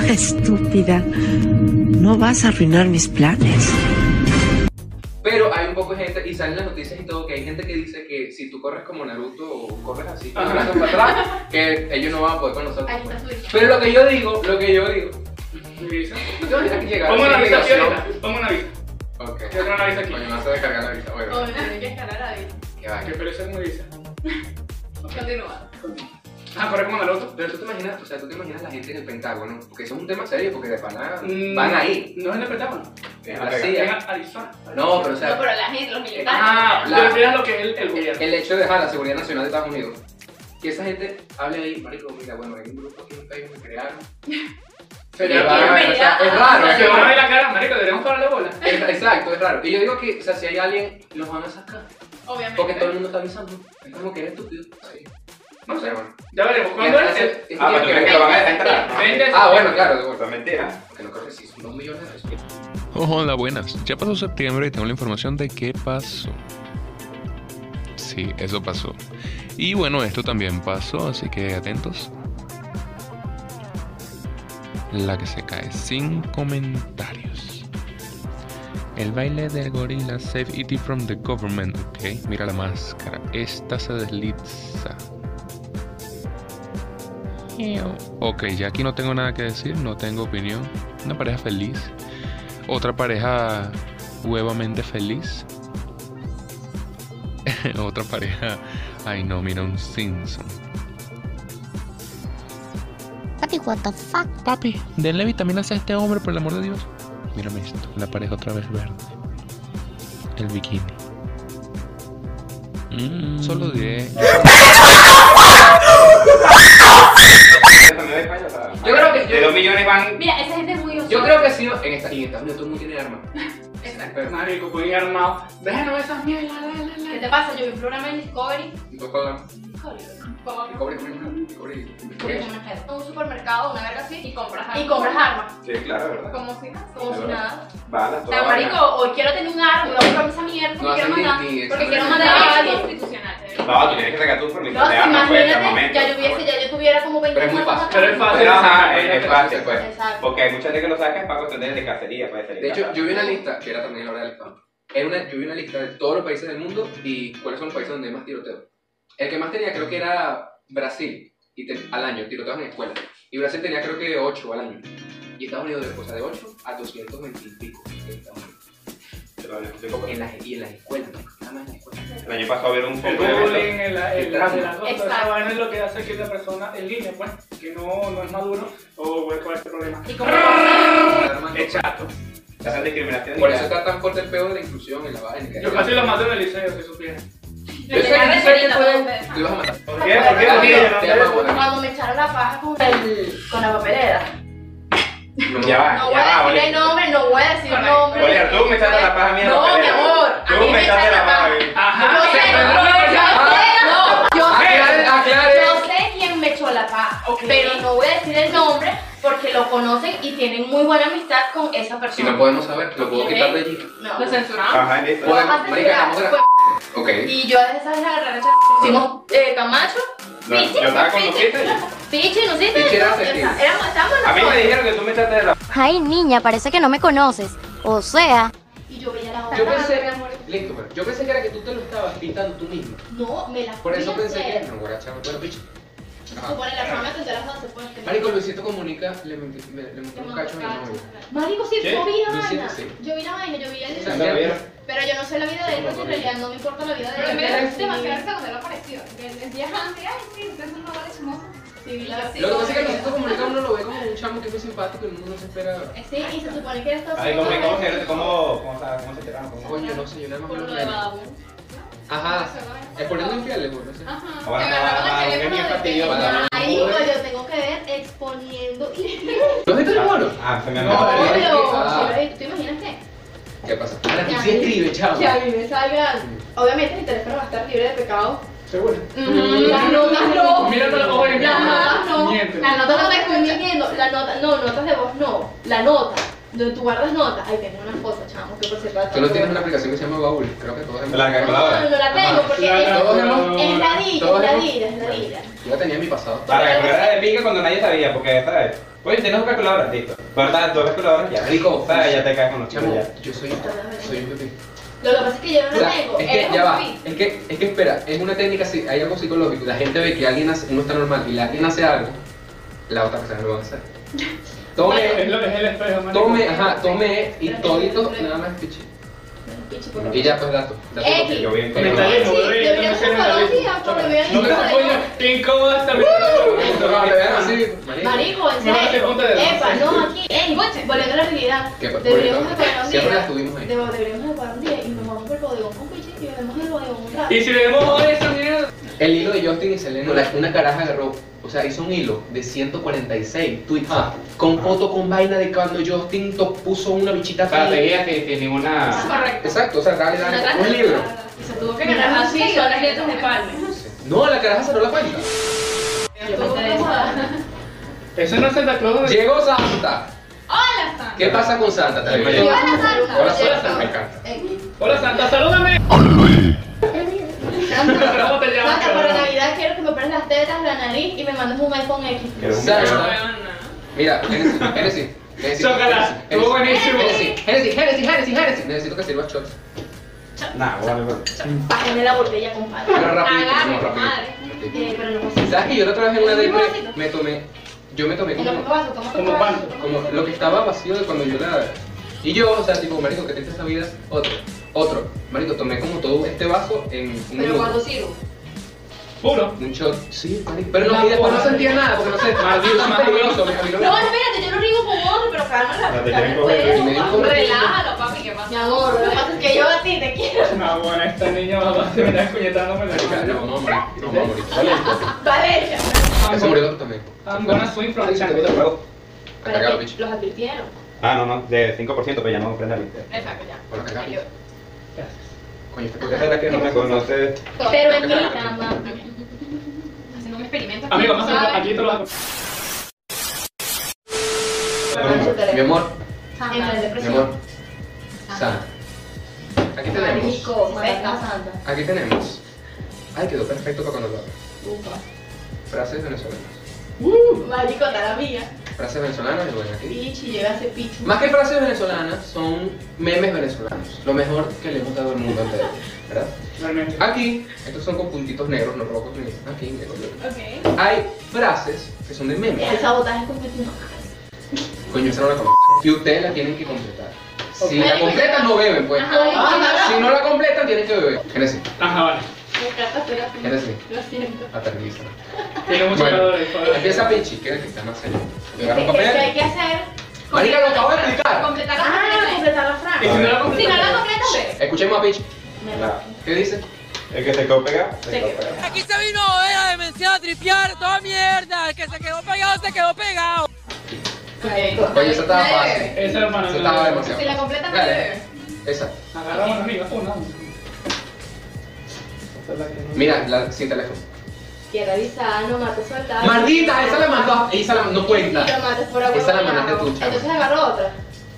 Speaker 6: Estúpida, no vas a arruinar mis planes.
Speaker 3: Pero hay un poco de gente, y salen las noticias y todo, que hay gente que dice que si tú corres como Naruto o corres así, con los
Speaker 1: Ajá.
Speaker 3: brazos para atrás, que ellos no van a poder con
Speaker 2: Ahí
Speaker 3: nosotros.
Speaker 2: está su hija.
Speaker 3: Pero lo que yo digo, lo que yo digo,
Speaker 1: ¿Mi visa?
Speaker 3: no te imaginas Pues que llegar
Speaker 1: Pongo una
Speaker 3: esa
Speaker 1: visa aquí
Speaker 3: obligación.
Speaker 1: ahorita. Pongo una visa.
Speaker 3: Ok.
Speaker 1: Yo tengo una visa aquí.
Speaker 3: Coño, me vas a descargar la visa, bueno.
Speaker 2: Obvio, tiene que escalar ahí.
Speaker 3: Qué vaina.
Speaker 1: Que pero esa es mi visa.
Speaker 4: Continúa.
Speaker 1: Ah, corre como Naruto.
Speaker 3: Pero tú te imaginas, o sea, tú te imaginas la gente en el Pentágono, porque eso es un tema serio, porque de pana
Speaker 1: Mm.
Speaker 3: van ahí.
Speaker 1: No es en el Pentágono.
Speaker 5: Deja
Speaker 3: Así,
Speaker 5: pegar.
Speaker 1: Es en
Speaker 3: eh.
Speaker 1: Arizona.
Speaker 3: No, pero o
Speaker 4: No,
Speaker 3: sea,
Speaker 4: pero la gente, los militares.
Speaker 1: Ah,
Speaker 3: La-
Speaker 1: pero refieres lo que es el, el gobierno.
Speaker 3: el hecho de dejar la seguridad nacional de Estados Unidos, que esa gente hable ahí, marico, mira, bueno, hay un grupo aquí en Facebook que crearon.
Speaker 1: Se
Speaker 3: Y
Speaker 1: le va
Speaker 3: van a- o sea, es raro,
Speaker 1: Se
Speaker 3: es
Speaker 1: van a ver
Speaker 3: raro.
Speaker 1: la cara, marico, deberíamos pararle bola.
Speaker 3: Es- Exacto, es raro. Y yo digo que, o sea, si hay alguien, los van a sacar.
Speaker 2: Obviamente.
Speaker 3: Porque todo el mundo está avisando. Es como que eres estúpido. Sí. No sé, bueno.
Speaker 1: Ya veremos. ¿Cuándo es? el-
Speaker 3: Entonces, es que
Speaker 5: Ah, pero
Speaker 3: tiene
Speaker 5: tú
Speaker 3: que
Speaker 5: crees que
Speaker 3: ver-
Speaker 5: lo van a dejar entrar. ¿no?
Speaker 1: Vende
Speaker 3: Ah, bueno, claro, de
Speaker 5: Eso
Speaker 3: vuelta.
Speaker 5: es mentira.
Speaker 3: Porque no creo que sí, son dos millones de pesos.
Speaker 7: Hola, buenas. Ya pasó septiembre y tengo la información de qué pasó. Sí, eso pasó. Y bueno, esto también pasó, así que atentos. La que se cae sin comentarios. El baile del gorila Save It from the Government. Ok, mira la máscara. Esta se desliza. Ok, ya aquí no tengo nada que decir, no tengo opinión. Una pareja feliz. Otra pareja huevamente feliz. *laughs* Otra pareja. Ay no, mira un Simpson.
Speaker 8: Papi, what the fuck?
Speaker 7: Papi, denle vitaminas a este hombre, por el amor de Dios. Mírame esto, la pareja otra vez verde. El bikini. Mm, solo diré.
Speaker 3: Yo creo que-
Speaker 5: De dos millones van.
Speaker 4: Mira, esa gente es muy
Speaker 3: Yo creo que sí, en esta, y en Estados Unidos todo el mundo tiene armas.
Speaker 1: Exacto. Marico, pueden ir armado. Déjanos esas mierdas, la, la, la,
Speaker 2: ¿Qué
Speaker 1: la.
Speaker 2: te pasa? Yo vi un programa en Discovery.
Speaker 3: Entonces, pagan
Speaker 4: Discovery.
Speaker 3: cobre, cobre, cobre,
Speaker 2: porque
Speaker 3: cobre.
Speaker 2: como una gente, Un supermercado, una verga así.
Speaker 4: Y compras
Speaker 2: Y compras armas.
Speaker 5: Sí, claro, ¿verdad?
Speaker 4: Como si nada.
Speaker 2: Como si nada.
Speaker 5: Balas,
Speaker 2: O sea,
Speaker 5: todo.
Speaker 2: marico,
Speaker 5: vaina.
Speaker 2: hoy quiero tener un arma. Voy a comprarme esa mierda
Speaker 3: No
Speaker 2: porque quiero
Speaker 3: hacen ni-
Speaker 2: mandar.
Speaker 3: ni
Speaker 2: Porque quiero
Speaker 3: examen.
Speaker 2: mandar a
Speaker 4: Es
Speaker 2: alguien.
Speaker 4: constitucional. te digo.
Speaker 5: No, tú tienes que sacar tu
Speaker 2: No,
Speaker 5: formación de armas, pues, de
Speaker 2: imagínate,
Speaker 5: armamento.
Speaker 2: ya yo hubiese, ya yo tuviera como 20
Speaker 3: Pero es muy
Speaker 2: armas
Speaker 3: fácil.
Speaker 1: Pero es
Speaker 2: para-
Speaker 1: fácil.
Speaker 5: Pero, ajá,
Speaker 1: sacar
Speaker 5: es,
Speaker 1: la
Speaker 5: es
Speaker 1: que
Speaker 5: fácil, pues.
Speaker 2: Exacto.
Speaker 5: Porque hay mucha gente que lo saca es para cuestiones de cacería, pues, salir
Speaker 3: De hecho,
Speaker 5: cazando.
Speaker 3: yo vi una lista, que era también la hora del pan. Era una, yo vi una lista de todos los países del mundo y cuáles son los países donde hay más tiroteo. El que más tenía creo que era Brasil y te- al año, tiroteos en escuelas. Y Brasil tenía creo que 8 al año. Y Estados Unidos, de, o sea, de 8 a 220 y pico. en Estados Unidos.
Speaker 5: Pero no, estoy poco-
Speaker 3: En las, y en las escuelas, ¿no? nada más en las escuelas.
Speaker 5: El año pasado vieron un
Speaker 1: El
Speaker 5: poco de eventos.
Speaker 1: bullying, el, el, el
Speaker 3: Exacto.
Speaker 1: acoso, esa vaina es lo que hace que la persona en línea, pues, que no, no es maduro o puede este causar problemas.
Speaker 2: Y como-
Speaker 1: Es chato.
Speaker 5: Se hacen discriminación. y
Speaker 3: Por
Speaker 5: ya.
Speaker 3: eso está tan fuerte el pedo de la inclusión en la vaina.
Speaker 1: Yo casi los mato en el liceo, que supiera.
Speaker 3: Yo sé que tú sabes que puedes- tú ibas a matar.
Speaker 5: ¿Por qué? ¿Por qué? ¿Por qué?
Speaker 3: Te amo, bueno.
Speaker 2: Cuando me echaron la paja con, el, con la papelera.
Speaker 3: No,
Speaker 5: Ya va,
Speaker 2: No voy
Speaker 5: ya
Speaker 2: a
Speaker 5: va,
Speaker 2: decir el
Speaker 5: Oliver.
Speaker 2: nombre, no voy a decir el nombre. este
Speaker 5: Oliver, tú me echaste la paja mía. en la
Speaker 2: No, mi
Speaker 5: pelea.
Speaker 2: amor, a mí
Speaker 5: Tú
Speaker 2: me
Speaker 5: me echaste la
Speaker 2: echaron
Speaker 5: paja.
Speaker 2: la- Ah.
Speaker 5: mía.
Speaker 1: Ajá.
Speaker 2: Yo sé,
Speaker 1: sí,
Speaker 2: yo
Speaker 1: pero-
Speaker 2: sé, no, yo
Speaker 3: Aclare,
Speaker 2: sé,
Speaker 3: aclare.
Speaker 2: yo sé quién me echó la paja,
Speaker 1: Ok.
Speaker 2: pero no voy a decir el nombre porque lo conocen y tienen muy buena amistad con esa
Speaker 3: Si
Speaker 2: persona.
Speaker 3: no podemos saber, lo puedo quitar de allí.
Speaker 2: No.
Speaker 4: Lo censuramos.
Speaker 5: Ajá, listo.
Speaker 3: Podemos,
Speaker 2: Además,
Speaker 3: marica, estamos
Speaker 2: fue-
Speaker 3: grabando. Ok.
Speaker 2: Y yo desde esa vez la agarré, hicimos eh, Camacho,
Speaker 5: No,
Speaker 2: Pichi,
Speaker 5: yo estaba con
Speaker 2: Pichi.
Speaker 5: los fiestas.
Speaker 2: Pichi, ¿no hiciste?
Speaker 3: Pichi era
Speaker 2: O sea,
Speaker 3: efectivo.
Speaker 2: éramos- estábamos
Speaker 5: A mí me
Speaker 2: nosotros.
Speaker 5: dijeron que tú me echaste la
Speaker 8: Ay, niña, parece que no me conoces. O sea,
Speaker 2: Y yo veía la otra.
Speaker 3: Yo pensé, listo, pero yo pensé que era que tú te lo estabas pintando tú mismo.
Speaker 2: No, me la
Speaker 3: Por eso
Speaker 2: fui a
Speaker 3: pensé que
Speaker 2: hacer.
Speaker 3: era no, guaracha, bueno, bicho.
Speaker 2: Se
Speaker 3: Ajá.
Speaker 2: supone la chama de las 12 puede tener.
Speaker 3: Marico, Luisito comunica, le metí, me- le metí un cacho a mi novio.
Speaker 2: Marico, sí,
Speaker 5: ¿Qué?
Speaker 2: yo vi la
Speaker 3: Luisito,
Speaker 2: vaina.
Speaker 3: sí.
Speaker 2: Yo vi la vaina, yo vi el.
Speaker 3: Sí, ¿la vieron?
Speaker 2: Pero yo no sé la vida de él porque en realidad no me importa la vida de
Speaker 4: Pero
Speaker 2: él.
Speaker 4: me
Speaker 2: Pero
Speaker 4: da
Speaker 2: sí,
Speaker 4: demasiada risa cuando lo apareció. El el día antes, ay, sí, ustedes son unos vales chismosos.
Speaker 2: sí, vi la- sí,
Speaker 3: Lo que pasa es que
Speaker 2: como-
Speaker 3: Luisito comunica uno lo ve como un chamo que es muy simpático y uno no se espera.
Speaker 2: Eh, Sí, y se supone que él está
Speaker 5: Ay, ¿cómo, cómo, se- cómo, cómo, se- cómo se enteraron? ¿Cómo?
Speaker 3: Coño, no sé, yo nada más
Speaker 4: Por
Speaker 3: lo
Speaker 4: lo de
Speaker 3: que.
Speaker 4: Badabun.
Speaker 3: Ajá. Es por Ah. eso infieles, güey, no sé.
Speaker 4: Ajá.
Speaker 5: Ahora,
Speaker 4: Me agarraron
Speaker 5: ahora,
Speaker 4: el teléfono
Speaker 5: ahora, qué
Speaker 4: de
Speaker 5: bien
Speaker 4: ella.
Speaker 5: fastidio,
Speaker 2: Marico, yo tengo que ver exponiendo y.
Speaker 3: ¿Los viste el moro?
Speaker 5: Ah, se me
Speaker 3: No,
Speaker 5: acabó.
Speaker 3: no,
Speaker 2: Obvio.
Speaker 3: Ah.
Speaker 2: Pero, ¿Tú imaginas qué?
Speaker 3: ¿Qué pasa? Ahora
Speaker 2: Ya.
Speaker 3: sí escribe, chavo.
Speaker 2: Que a mí me salgan. Obviamente mi teléfono va a estar libre de pecado.
Speaker 3: Seguro.
Speaker 2: Las notas no.
Speaker 1: Mírate los ojos y
Speaker 2: Las notas no.
Speaker 1: Miente.
Speaker 2: Las notas no te estoy mintiendo. La nota, no, notas de voz no. La nota. Donde tú guardas notas. Ay, tengo unas cosas, chamo, que por cierto.
Speaker 3: Tú no tienes una aplicación que se llama Baúl, creo que todos hemos.
Speaker 5: La
Speaker 2: No, no, no la tengo
Speaker 3: Ajá.
Speaker 2: porque
Speaker 1: La
Speaker 2: es,
Speaker 1: grabadora.
Speaker 2: es la vida, es
Speaker 3: Todos
Speaker 2: la
Speaker 3: hemos-
Speaker 2: vida, es la vida.
Speaker 3: Yo la tenía en mi pasado.
Speaker 5: Para que fuera de pica cuando nadie sabía, porque, ¿sabes? Oye, tienes dos calculadoras, listo. Guarda dos calculadoras, ya.
Speaker 3: Rico.
Speaker 5: ¿Sabes? Ya te caes con los chicos,
Speaker 3: Chamo,
Speaker 5: ya.
Speaker 3: yo soy, soy un bebé.
Speaker 2: Lo que pasa es que yo no
Speaker 3: O
Speaker 2: la
Speaker 3: sea,
Speaker 2: tengo.
Speaker 3: es que
Speaker 2: eres
Speaker 3: ya
Speaker 2: un
Speaker 3: va,
Speaker 2: pipí.
Speaker 3: es que, es que espera, es una técnica, sí, hay algo psicológico. La gente ve que alguien hace, uno está normal y la- alguien hace algo, la otra persona lo va
Speaker 2: *laughs*
Speaker 3: a hacer.
Speaker 1: Es
Speaker 3: Tome,
Speaker 1: lo- es el espejo, marico.
Speaker 3: tome, ajá, tome y todito, nada más pichi.
Speaker 2: Pichi, por
Speaker 3: Y ya, pues dato. dato
Speaker 2: X.
Speaker 5: Yo bien
Speaker 1: Me
Speaker 5: que
Speaker 1: está
Speaker 3: *laughs*
Speaker 1: lleno, bro,
Speaker 2: Sí,
Speaker 1: y
Speaker 2: deberíamos
Speaker 1: entonces en la
Speaker 2: hacerlo
Speaker 1: lista.
Speaker 2: así, porque me han
Speaker 1: No te
Speaker 2: dicho de
Speaker 1: coño, qué incómodo este está mi
Speaker 3: Esto va a ver así, marico.
Speaker 2: Marico, en
Speaker 1: Me van a hacer
Speaker 2: serio.
Speaker 1: punta de
Speaker 2: Epa,
Speaker 1: lanza.
Speaker 2: no aquí. Ey, volviendo a la realidad.
Speaker 3: Que, por-
Speaker 2: Deberíamos
Speaker 3: por-
Speaker 2: de pagar un día.
Speaker 3: siempre las tuvimos ahí.
Speaker 2: Debo- Deberíamos de pagar un día y nos vamos por el bodegón con Pichi y bebemos el bodegón un rato.
Speaker 1: Y si vemos hoy esa mierda.
Speaker 3: El hilo de Justin y Selena, la- una caraja agarró, o sea, hizo un hilo de 146 tweets con foto con vaina de cuando Justin to- puso una bichita
Speaker 5: Para
Speaker 3: fea.
Speaker 5: seguir sin, sin ninguna.
Speaker 4: Correcto.
Speaker 3: Exacto, o sea, dale, dale, un libro.
Speaker 2: Y se tuvo que
Speaker 4: Mira,
Speaker 2: ganar
Speaker 4: así
Speaker 2: un
Speaker 4: son las
Speaker 2: seguidor.
Speaker 4: letras de Palme.
Speaker 3: No, la caraja cerró la cuenta.
Speaker 2: Yo pensé eso. *laughs*
Speaker 1: Eso no es Santa Claus. ¿no?
Speaker 3: Llegó Santa.
Speaker 4: Hola, Santa.
Speaker 3: ¿Qué pasa con Santa? ¿Te la
Speaker 2: Yo
Speaker 3: llevo?
Speaker 2: a la salsa.
Speaker 3: Hola,
Speaker 2: Yo-
Speaker 3: Santa. Me encanta.
Speaker 2: Ey,
Speaker 1: Hola Santa, salúdame. ¿Cómo te llamas?
Speaker 2: Santa, para Navidad quiero que me pones las tetas, la nariz y me mandes un iPhone X.
Speaker 5: Quiero un-
Speaker 3: Santa.
Speaker 4: Buena.
Speaker 3: Mira, Genesis, Genesis. Genesis,
Speaker 1: Chócala,
Speaker 3: Genesis,
Speaker 1: estuvo buenísimo.
Speaker 3: Genesis, Genesis, Genesis, Genesis, Genesis. Necesito que sirva shots.
Speaker 5: Nah, bueno, bueno.
Speaker 2: Págame la botella, compadre.
Speaker 3: Pero rapidito,
Speaker 4: Agarre,
Speaker 3: no, rapidito.
Speaker 4: madre.
Speaker 2: Eh, pero no
Speaker 3: ¿Sabes que yo la otra vez en una
Speaker 4: ¿Es un
Speaker 3: depre
Speaker 4: vasito?
Speaker 3: me tomé, yo me tomé
Speaker 2: En los
Speaker 3: como,
Speaker 2: vasos, toma
Speaker 1: Como
Speaker 2: otro vaso,
Speaker 1: pan,
Speaker 2: toma
Speaker 3: como
Speaker 2: otro
Speaker 3: lo que
Speaker 2: vaso.
Speaker 3: estaba vacío de cuando yo la... Y yo, o sea, tipo, marico, que triste esa vida, otro, otro. Marico, tomé como todo este vaso en un
Speaker 4: Pero
Speaker 3: minuto.
Speaker 4: cuando sirvo.
Speaker 1: Puro.
Speaker 3: Un shot, sí, marico. Pero
Speaker 1: La
Speaker 3: no, y después no
Speaker 1: porra.
Speaker 3: sentía nada, porque no sé, maldito, más peligroso, me caminó.
Speaker 4: No, espérate, yo lo riego con otro, pero calma la
Speaker 5: No, te quieren coger.
Speaker 4: puedes,
Speaker 3: Y me dio un comer.
Speaker 4: Relájalo, papi, ¿qué pasa?
Speaker 2: Mi amor, lo que pasa es que yo a ti te quiero.
Speaker 1: No, bueno, esta niña este va a terminar puñetándome la
Speaker 3: Marica, no,
Speaker 1: cara.
Speaker 3: vamos a morir, no, vamos a morir.
Speaker 2: Valeria.
Speaker 3: Ya se murió también.
Speaker 1: I'm gonna swing from the
Speaker 3: Te
Speaker 1: channel.
Speaker 3: pago. A
Speaker 2: Pero
Speaker 3: cagar,
Speaker 2: es
Speaker 3: bicho.
Speaker 2: que Los advirtieron.
Speaker 5: Ah, no, no, de 5%, pero pues ya no prende la lista.
Speaker 4: Exacto, ya.
Speaker 3: Por acá.
Speaker 4: Salió.
Speaker 3: Coño, esta
Speaker 5: Porque será que no me conoces.
Speaker 2: Pero en mi cama.
Speaker 4: Haciendo un experimento.
Speaker 1: Amigo,
Speaker 4: ¿sabes?
Speaker 1: vamos a aquí te lo hago.
Speaker 3: Mi amor,
Speaker 2: En la
Speaker 3: mi
Speaker 2: depresión.
Speaker 3: amor. Sana. Aquí tenemos.
Speaker 2: Marico, María Santa.
Speaker 3: Aquí tenemos. Ay, quedó perfecto para cuando lo haga. Frases venezolanas.
Speaker 2: Marico, está la mía.
Speaker 3: Frases venezolanas, y bueno, aquí.
Speaker 2: Pichi, llega ese pichu.
Speaker 3: Más que frases venezolanas, son memes venezolanos. Lo mejor que le hemos dado al mundo entero, ¿verdad?
Speaker 1: Realmente.
Speaker 3: Aquí, estos son con puntitos negros, no rojos ni aquí, negros, negros.
Speaker 4: Ok.
Speaker 3: Hay frases que son de memes.
Speaker 2: El sabotaje con pichu.
Speaker 3: Coño, esa no la conozco. Y ustedes la tienen que completar. Si la completan, no beben, pues.
Speaker 2: Ajá.
Speaker 3: Si no la completan, tienen que beber. Génesis,
Speaker 1: Ajá, vale.
Speaker 2: Me encanta hacer así.
Speaker 3: Génesis,
Speaker 2: Lo siento.
Speaker 3: aterriza.
Speaker 1: Tiene mucho
Speaker 3: Bueno,
Speaker 1: calor ahí. joder.
Speaker 3: Empieza Pichi, que es el que está más serio.
Speaker 2: ¿Qué,
Speaker 3: Agarra un
Speaker 2: qué- qué hay
Speaker 3: papel.
Speaker 2: que hacer?
Speaker 3: Marica, lo acabo de explicar.
Speaker 4: Completar la
Speaker 2: Ah,
Speaker 4: frase.
Speaker 2: completar la
Speaker 1: Y si
Speaker 2: frase.
Speaker 1: no la
Speaker 4: Si no
Speaker 1: completas,
Speaker 4: la completas, ve.
Speaker 3: Escuchemos a Pichi.
Speaker 2: Me
Speaker 5: La-
Speaker 3: ¿Qué dice?
Speaker 5: El que se quedó pegado, se
Speaker 2: Se
Speaker 5: quedó
Speaker 2: quedó.
Speaker 5: pegado.
Speaker 9: Aquí se vino era demenciado a tripear toda mierda. El que se quedó pegado, se quedó pegado.
Speaker 2: Ok.
Speaker 3: Coño, esa estaba
Speaker 4: Nadie
Speaker 3: fácil.
Speaker 4: bebe.
Speaker 1: Esa hermana.
Speaker 3: Esa estaba
Speaker 4: Si la
Speaker 3: demasiado.
Speaker 4: completas, no
Speaker 3: Dale.
Speaker 4: bebe.
Speaker 3: Esa.
Speaker 1: Agarramos amiga. Una. Esa es la que no-
Speaker 3: Mira, la, sin teléfono.
Speaker 2: Quiero avisar, no mates soldado.
Speaker 3: Maldita, esa la mandó. Esa la no cuenta.
Speaker 2: Sí, lo mates por agua.
Speaker 3: Esa la mandaste tú, chama.
Speaker 2: Entonces agarró otra.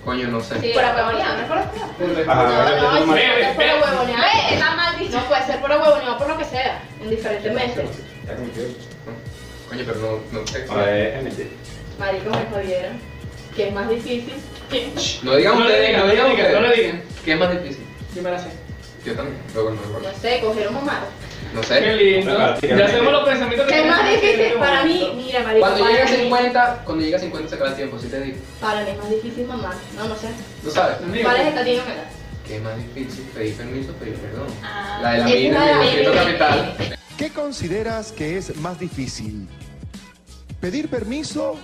Speaker 3: Coño, no sé.
Speaker 4: Sí,
Speaker 2: Por
Speaker 4: por
Speaker 2: la
Speaker 4: huevonía, no
Speaker 2: huevoneada, no
Speaker 4: es
Speaker 2: es
Speaker 4: por la
Speaker 2: No,
Speaker 5: Ajá,
Speaker 2: no,
Speaker 5: pero
Speaker 2: no,
Speaker 5: tú
Speaker 2: no
Speaker 5: mal-
Speaker 2: puede ser por la huevoneada.
Speaker 4: Ve, está mal dicho.
Speaker 2: No puede ser por la huevoneada por lo que sea. En diferentes meses.
Speaker 5: Ya cometió.
Speaker 3: Coño, pero no, no sé.
Speaker 5: Ahora es mentira.
Speaker 2: Marico, me jodieron. ¿Qué es más difícil?
Speaker 3: Shh, No digan
Speaker 1: No le
Speaker 3: ustedes,
Speaker 1: digan,
Speaker 3: no
Speaker 1: no
Speaker 3: digan
Speaker 1: le digan, no le
Speaker 3: ustedes.
Speaker 1: digan.
Speaker 3: ¿Qué es más difícil?
Speaker 1: Yo me la sé.
Speaker 3: Yo también. Luego no,
Speaker 2: No
Speaker 3: recuerdo.
Speaker 2: sé, cogieron mamá.
Speaker 3: No
Speaker 1: Qué
Speaker 3: sé.
Speaker 1: lindo.
Speaker 5: Ah, sí,
Speaker 1: Ya hacemos los pensamientos que
Speaker 2: ¿Qué es más
Speaker 1: tenemos en
Speaker 2: difícil
Speaker 1: este
Speaker 2: para mí?
Speaker 1: momento.
Speaker 2: Mira, marico.
Speaker 3: Cuando
Speaker 2: para
Speaker 3: llega a
Speaker 2: mí-
Speaker 3: 50, cuando llega a 50 se acaba el tiempo, si te digo.
Speaker 2: Para mí es más difícil mamá. No, no sé.
Speaker 3: ¿No sabes?
Speaker 1: Amigo,
Speaker 2: ¿Cuál es esta tiene menos?
Speaker 3: ¿Qué es más difícil? Pedir permiso, pedir perdón.
Speaker 4: Ah.
Speaker 3: La de la
Speaker 2: Esa
Speaker 3: mina
Speaker 2: es
Speaker 3: en
Speaker 2: la
Speaker 3: el
Speaker 2: de-
Speaker 3: distrito capital.
Speaker 10: ¿Qué consideras que es más difícil? ¿Pedir permiso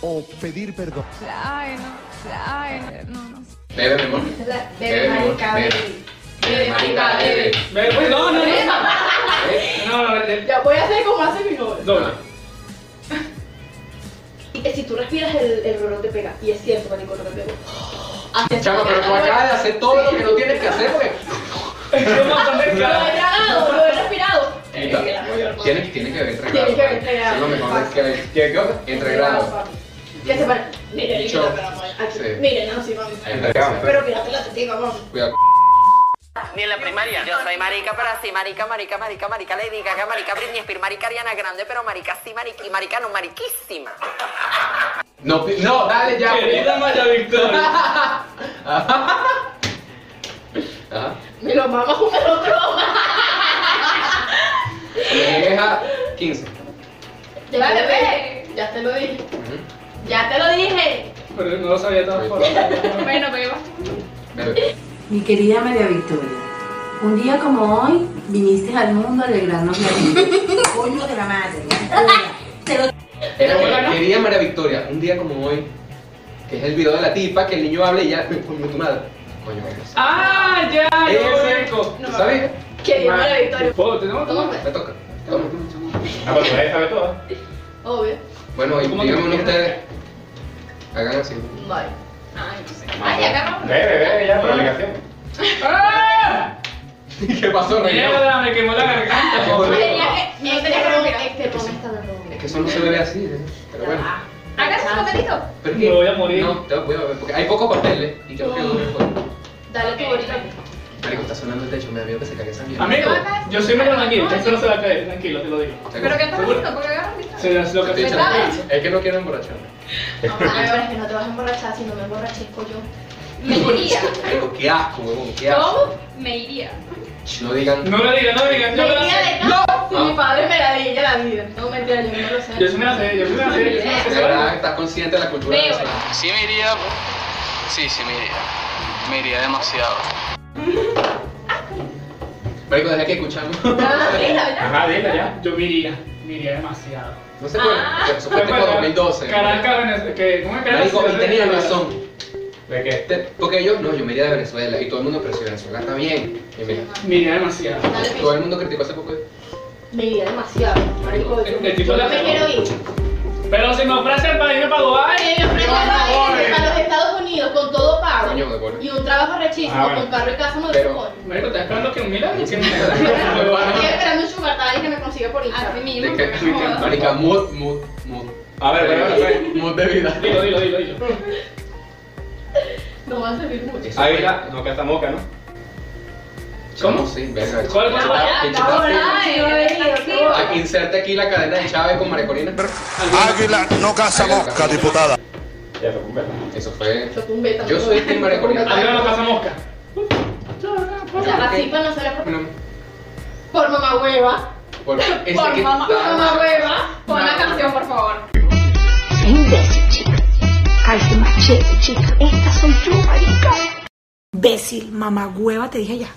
Speaker 10: o pedir perdón?
Speaker 9: Ay, no. Ay, no, no.
Speaker 3: Bebe, mi amor.
Speaker 2: Esa es la
Speaker 3: Bebe,
Speaker 2: de
Speaker 3: mi amor.
Speaker 2: marica.
Speaker 3: Bebe.
Speaker 2: Bebe, marica, bebe.
Speaker 1: Ve, pues, no, no, no.
Speaker 2: ¿Eh?
Speaker 1: No, no, no.
Speaker 2: Ya voy a hacer como hace mi novio.
Speaker 1: Doble.
Speaker 2: Eh, Si tú respiras el, el rolón te pega. Y es cierto, marico, no te pego. Así es.
Speaker 3: Chama, pero tú acabas de hacer todo lo que no tienes que hacer, porque...
Speaker 1: Yo no tomé
Speaker 2: Lo he
Speaker 1: cara.
Speaker 2: tragado, lo he respirado.
Speaker 3: Tiene, tiene que haber entre
Speaker 2: Tiene
Speaker 3: grados.
Speaker 2: que haber entre
Speaker 3: marico. Eso Es lo
Speaker 2: grados,
Speaker 3: mejor que hay. ¿Qué, qué cosa? Entre grados.
Speaker 2: Que se para. Mira,
Speaker 3: Yo.
Speaker 2: mira, pero, mamá, aquí.
Speaker 3: Sí.
Speaker 2: Mira, no, sí, mami.
Speaker 3: Entre grados.
Speaker 2: Pero mírate la testigo, mamá.
Speaker 3: Cuidado.
Speaker 9: Ni en la primaria. Yo soy marica, pero así, marica, marica, marica, marica, Lady Gaga, marica, Britney Spears, marica, Ariana Grande, pero marica, sí, marica, y marica, no, mariquísima.
Speaker 3: No, pi- no, dale ya. pues.
Speaker 1: Querida Maya
Speaker 3: *laughs*
Speaker 1: Victoria.
Speaker 3: Ajá.
Speaker 2: Me lo mamas un melocroma.
Speaker 3: Cuando llegues a 15.
Speaker 2: Ya te
Speaker 4: Dale,
Speaker 2: lo
Speaker 4: ve.
Speaker 2: dije. Ya te lo dije.
Speaker 3: Ujú.
Speaker 2: Ya te lo dije. pues,
Speaker 1: Pero no lo sabía de todas formas.
Speaker 4: Bueno, beba.
Speaker 3: Bebe.
Speaker 11: Mi querida María Victoria, un día como hoy viniste al mundo a alegrarnos la vida. *laughs* Coño de la madre. Te lo
Speaker 3: Era
Speaker 2: Pero
Speaker 3: buena,
Speaker 2: bueno.
Speaker 3: querida María Victoria, un día como hoy, que es el video de la tipa que el niño habla y ya, coño, tu madre. Coño, eso.
Speaker 1: Ah, ya, yo lo
Speaker 3: Eso,
Speaker 1: seco.
Speaker 3: ¿tú ¿sabes?
Speaker 2: Que viva la victoria.
Speaker 1: ¿Puedo? ¿Tenemos
Speaker 2: Toma,
Speaker 1: todo?
Speaker 2: pues.
Speaker 3: Me toca. Toma.
Speaker 5: Ah, pero nadie sabe todo.
Speaker 2: Obvio.
Speaker 3: Bueno, y
Speaker 1: ¿Cómo
Speaker 3: díganme
Speaker 1: te-
Speaker 3: ustedes. Hagan así. *laughs*
Speaker 2: Vale.
Speaker 4: Ay, no sé. Ay, agarra.
Speaker 5: Bebe, bebe, ya, por obligación.
Speaker 1: ¡Ah!
Speaker 3: ¿Qué pasó, Rey?
Speaker 1: Mierda, me quemó la garganta.
Speaker 3: Qué bueno.
Speaker 1: joder.
Speaker 4: Tenía que.
Speaker 2: No
Speaker 4: No tenía
Speaker 2: te
Speaker 4: que
Speaker 2: creo
Speaker 4: respirar.
Speaker 2: que este pone está dando.
Speaker 3: Es que eso no se bebe así, ¿eh? Pero bueno.
Speaker 4: Hagas un papelito.
Speaker 3: Pero es
Speaker 1: Me voy a morir.
Speaker 3: No, te voy a beber, porque hay poco papel, ¿eh? Y creo que no me puedo.
Speaker 2: Dale tu bolita.
Speaker 3: Marico, está sonando el techo, me da miedo que se caiga esa mierda.
Speaker 1: Amigo, yo soy menos dañino, esto no se va a caer, tranquilo, te lo digo.
Speaker 4: Pero ¿qué estás
Speaker 1: ¿Seguro?
Speaker 4: haciendo? ¿Por qué agarras mi
Speaker 1: Se las lo que
Speaker 3: Estoy
Speaker 1: se
Speaker 3: echando- Es que no quiero emborracharme.
Speaker 2: No, pero es que no te vas a emborrachar. Si no me emborrachesco yo.
Speaker 4: Me iría.
Speaker 3: Marico, qué asco, huevón, qué asco.
Speaker 4: ¿Cómo? Me iría.
Speaker 3: No digan.
Speaker 1: No lo digan, no lo digan. Yo me la sé.
Speaker 2: No, mi padre me la di, ya la vida. No, mentira, yo no lo sé.
Speaker 1: Yo sí me la sé, yo sí me la sé. yo sí me la sé.
Speaker 3: De verdad, estás consciente de la cultura
Speaker 2: Veo.
Speaker 3: venezolana.
Speaker 12: Sí me iría. Sí, sí me iría. Me iría demasiado.
Speaker 3: Marico, deja que escuchamos.
Speaker 2: *laughs* Ah, mira, ¿verdad?
Speaker 1: Ajá, dila ya. Yo me iría, me iría demasiado.
Speaker 3: No se puede. Eso fue tipo 2012.
Speaker 1: Caracas, Venezuela. que- ¿Cómo es Caracas?
Speaker 3: Marico, y tenían razón.
Speaker 5: ¿De qué?
Speaker 3: Te- Porque ellos, no, yo me iría de Venezuela y todo el mundo, pero si Venezuela está bien. Y mira,
Speaker 1: Me iría demasiado.
Speaker 3: todo el mundo criticó hace poco.
Speaker 2: Me iría demasiado. Marico, yo
Speaker 1: El tipo
Speaker 2: yo
Speaker 1: la-
Speaker 2: me quiero ir.
Speaker 1: Pero si me ofrecen para irme para Dubái.
Speaker 2: Oye, yo ofrezco
Speaker 1: por favor.
Speaker 2: a los Estados Unidos con todo pago
Speaker 3: Coño, de bola.
Speaker 2: y un trabajo rechísimo
Speaker 1: Ah, bueno.
Speaker 2: con carro y casa me lo
Speaker 3: Pero-
Speaker 2: supone.
Speaker 1: Marico, estás esperando que un milagro.
Speaker 3: *laughs*
Speaker 1: Que un
Speaker 2: Estoy
Speaker 1: milagro.
Speaker 2: esperando un sugar daddy que me consiga por Instagram.
Speaker 4: Así
Speaker 3: *laughs* ¿De
Speaker 4: mismo.
Speaker 3: qué? Marica, mood, mood, mood.
Speaker 5: A ver, pero, pero,
Speaker 3: Mood de vida.
Speaker 1: Dilo, dilo, dilo, dilo.
Speaker 2: No va a servir mucho.
Speaker 5: Ávila, no canta moca, ¿no?
Speaker 3: ¿Cómo? Sí, verga.
Speaker 1: ¿Cuál,
Speaker 2: Ah,
Speaker 1: cuál, cuál?
Speaker 3: Chita-
Speaker 2: Anda,
Speaker 3: chita-
Speaker 2: hola,
Speaker 4: sí.
Speaker 2: eh, no he venido, qué
Speaker 4: Sí.
Speaker 2: bola.
Speaker 3: Ah, Inserte aquí la cadena de Chávez con María Corina.
Speaker 10: Águila no caza mosca, diputada.
Speaker 5: Ya lo compré.
Speaker 3: Eso fue.
Speaker 2: Yo tumbé también.
Speaker 3: Yo soy Tim María Corina.
Speaker 1: Arriba la casa mosca.
Speaker 2: O sea, así para no ser la- por mamá hueva. *laughs*
Speaker 3: Por ese
Speaker 4: Por
Speaker 3: que-
Speaker 4: mamá, por mamá hueva, pon la canción, por favor.
Speaker 6: Qué imbécil, chica. Cállate más chévere, chica. Esta soy yo, marica. Imbécil, mamagüeva, te dije ya.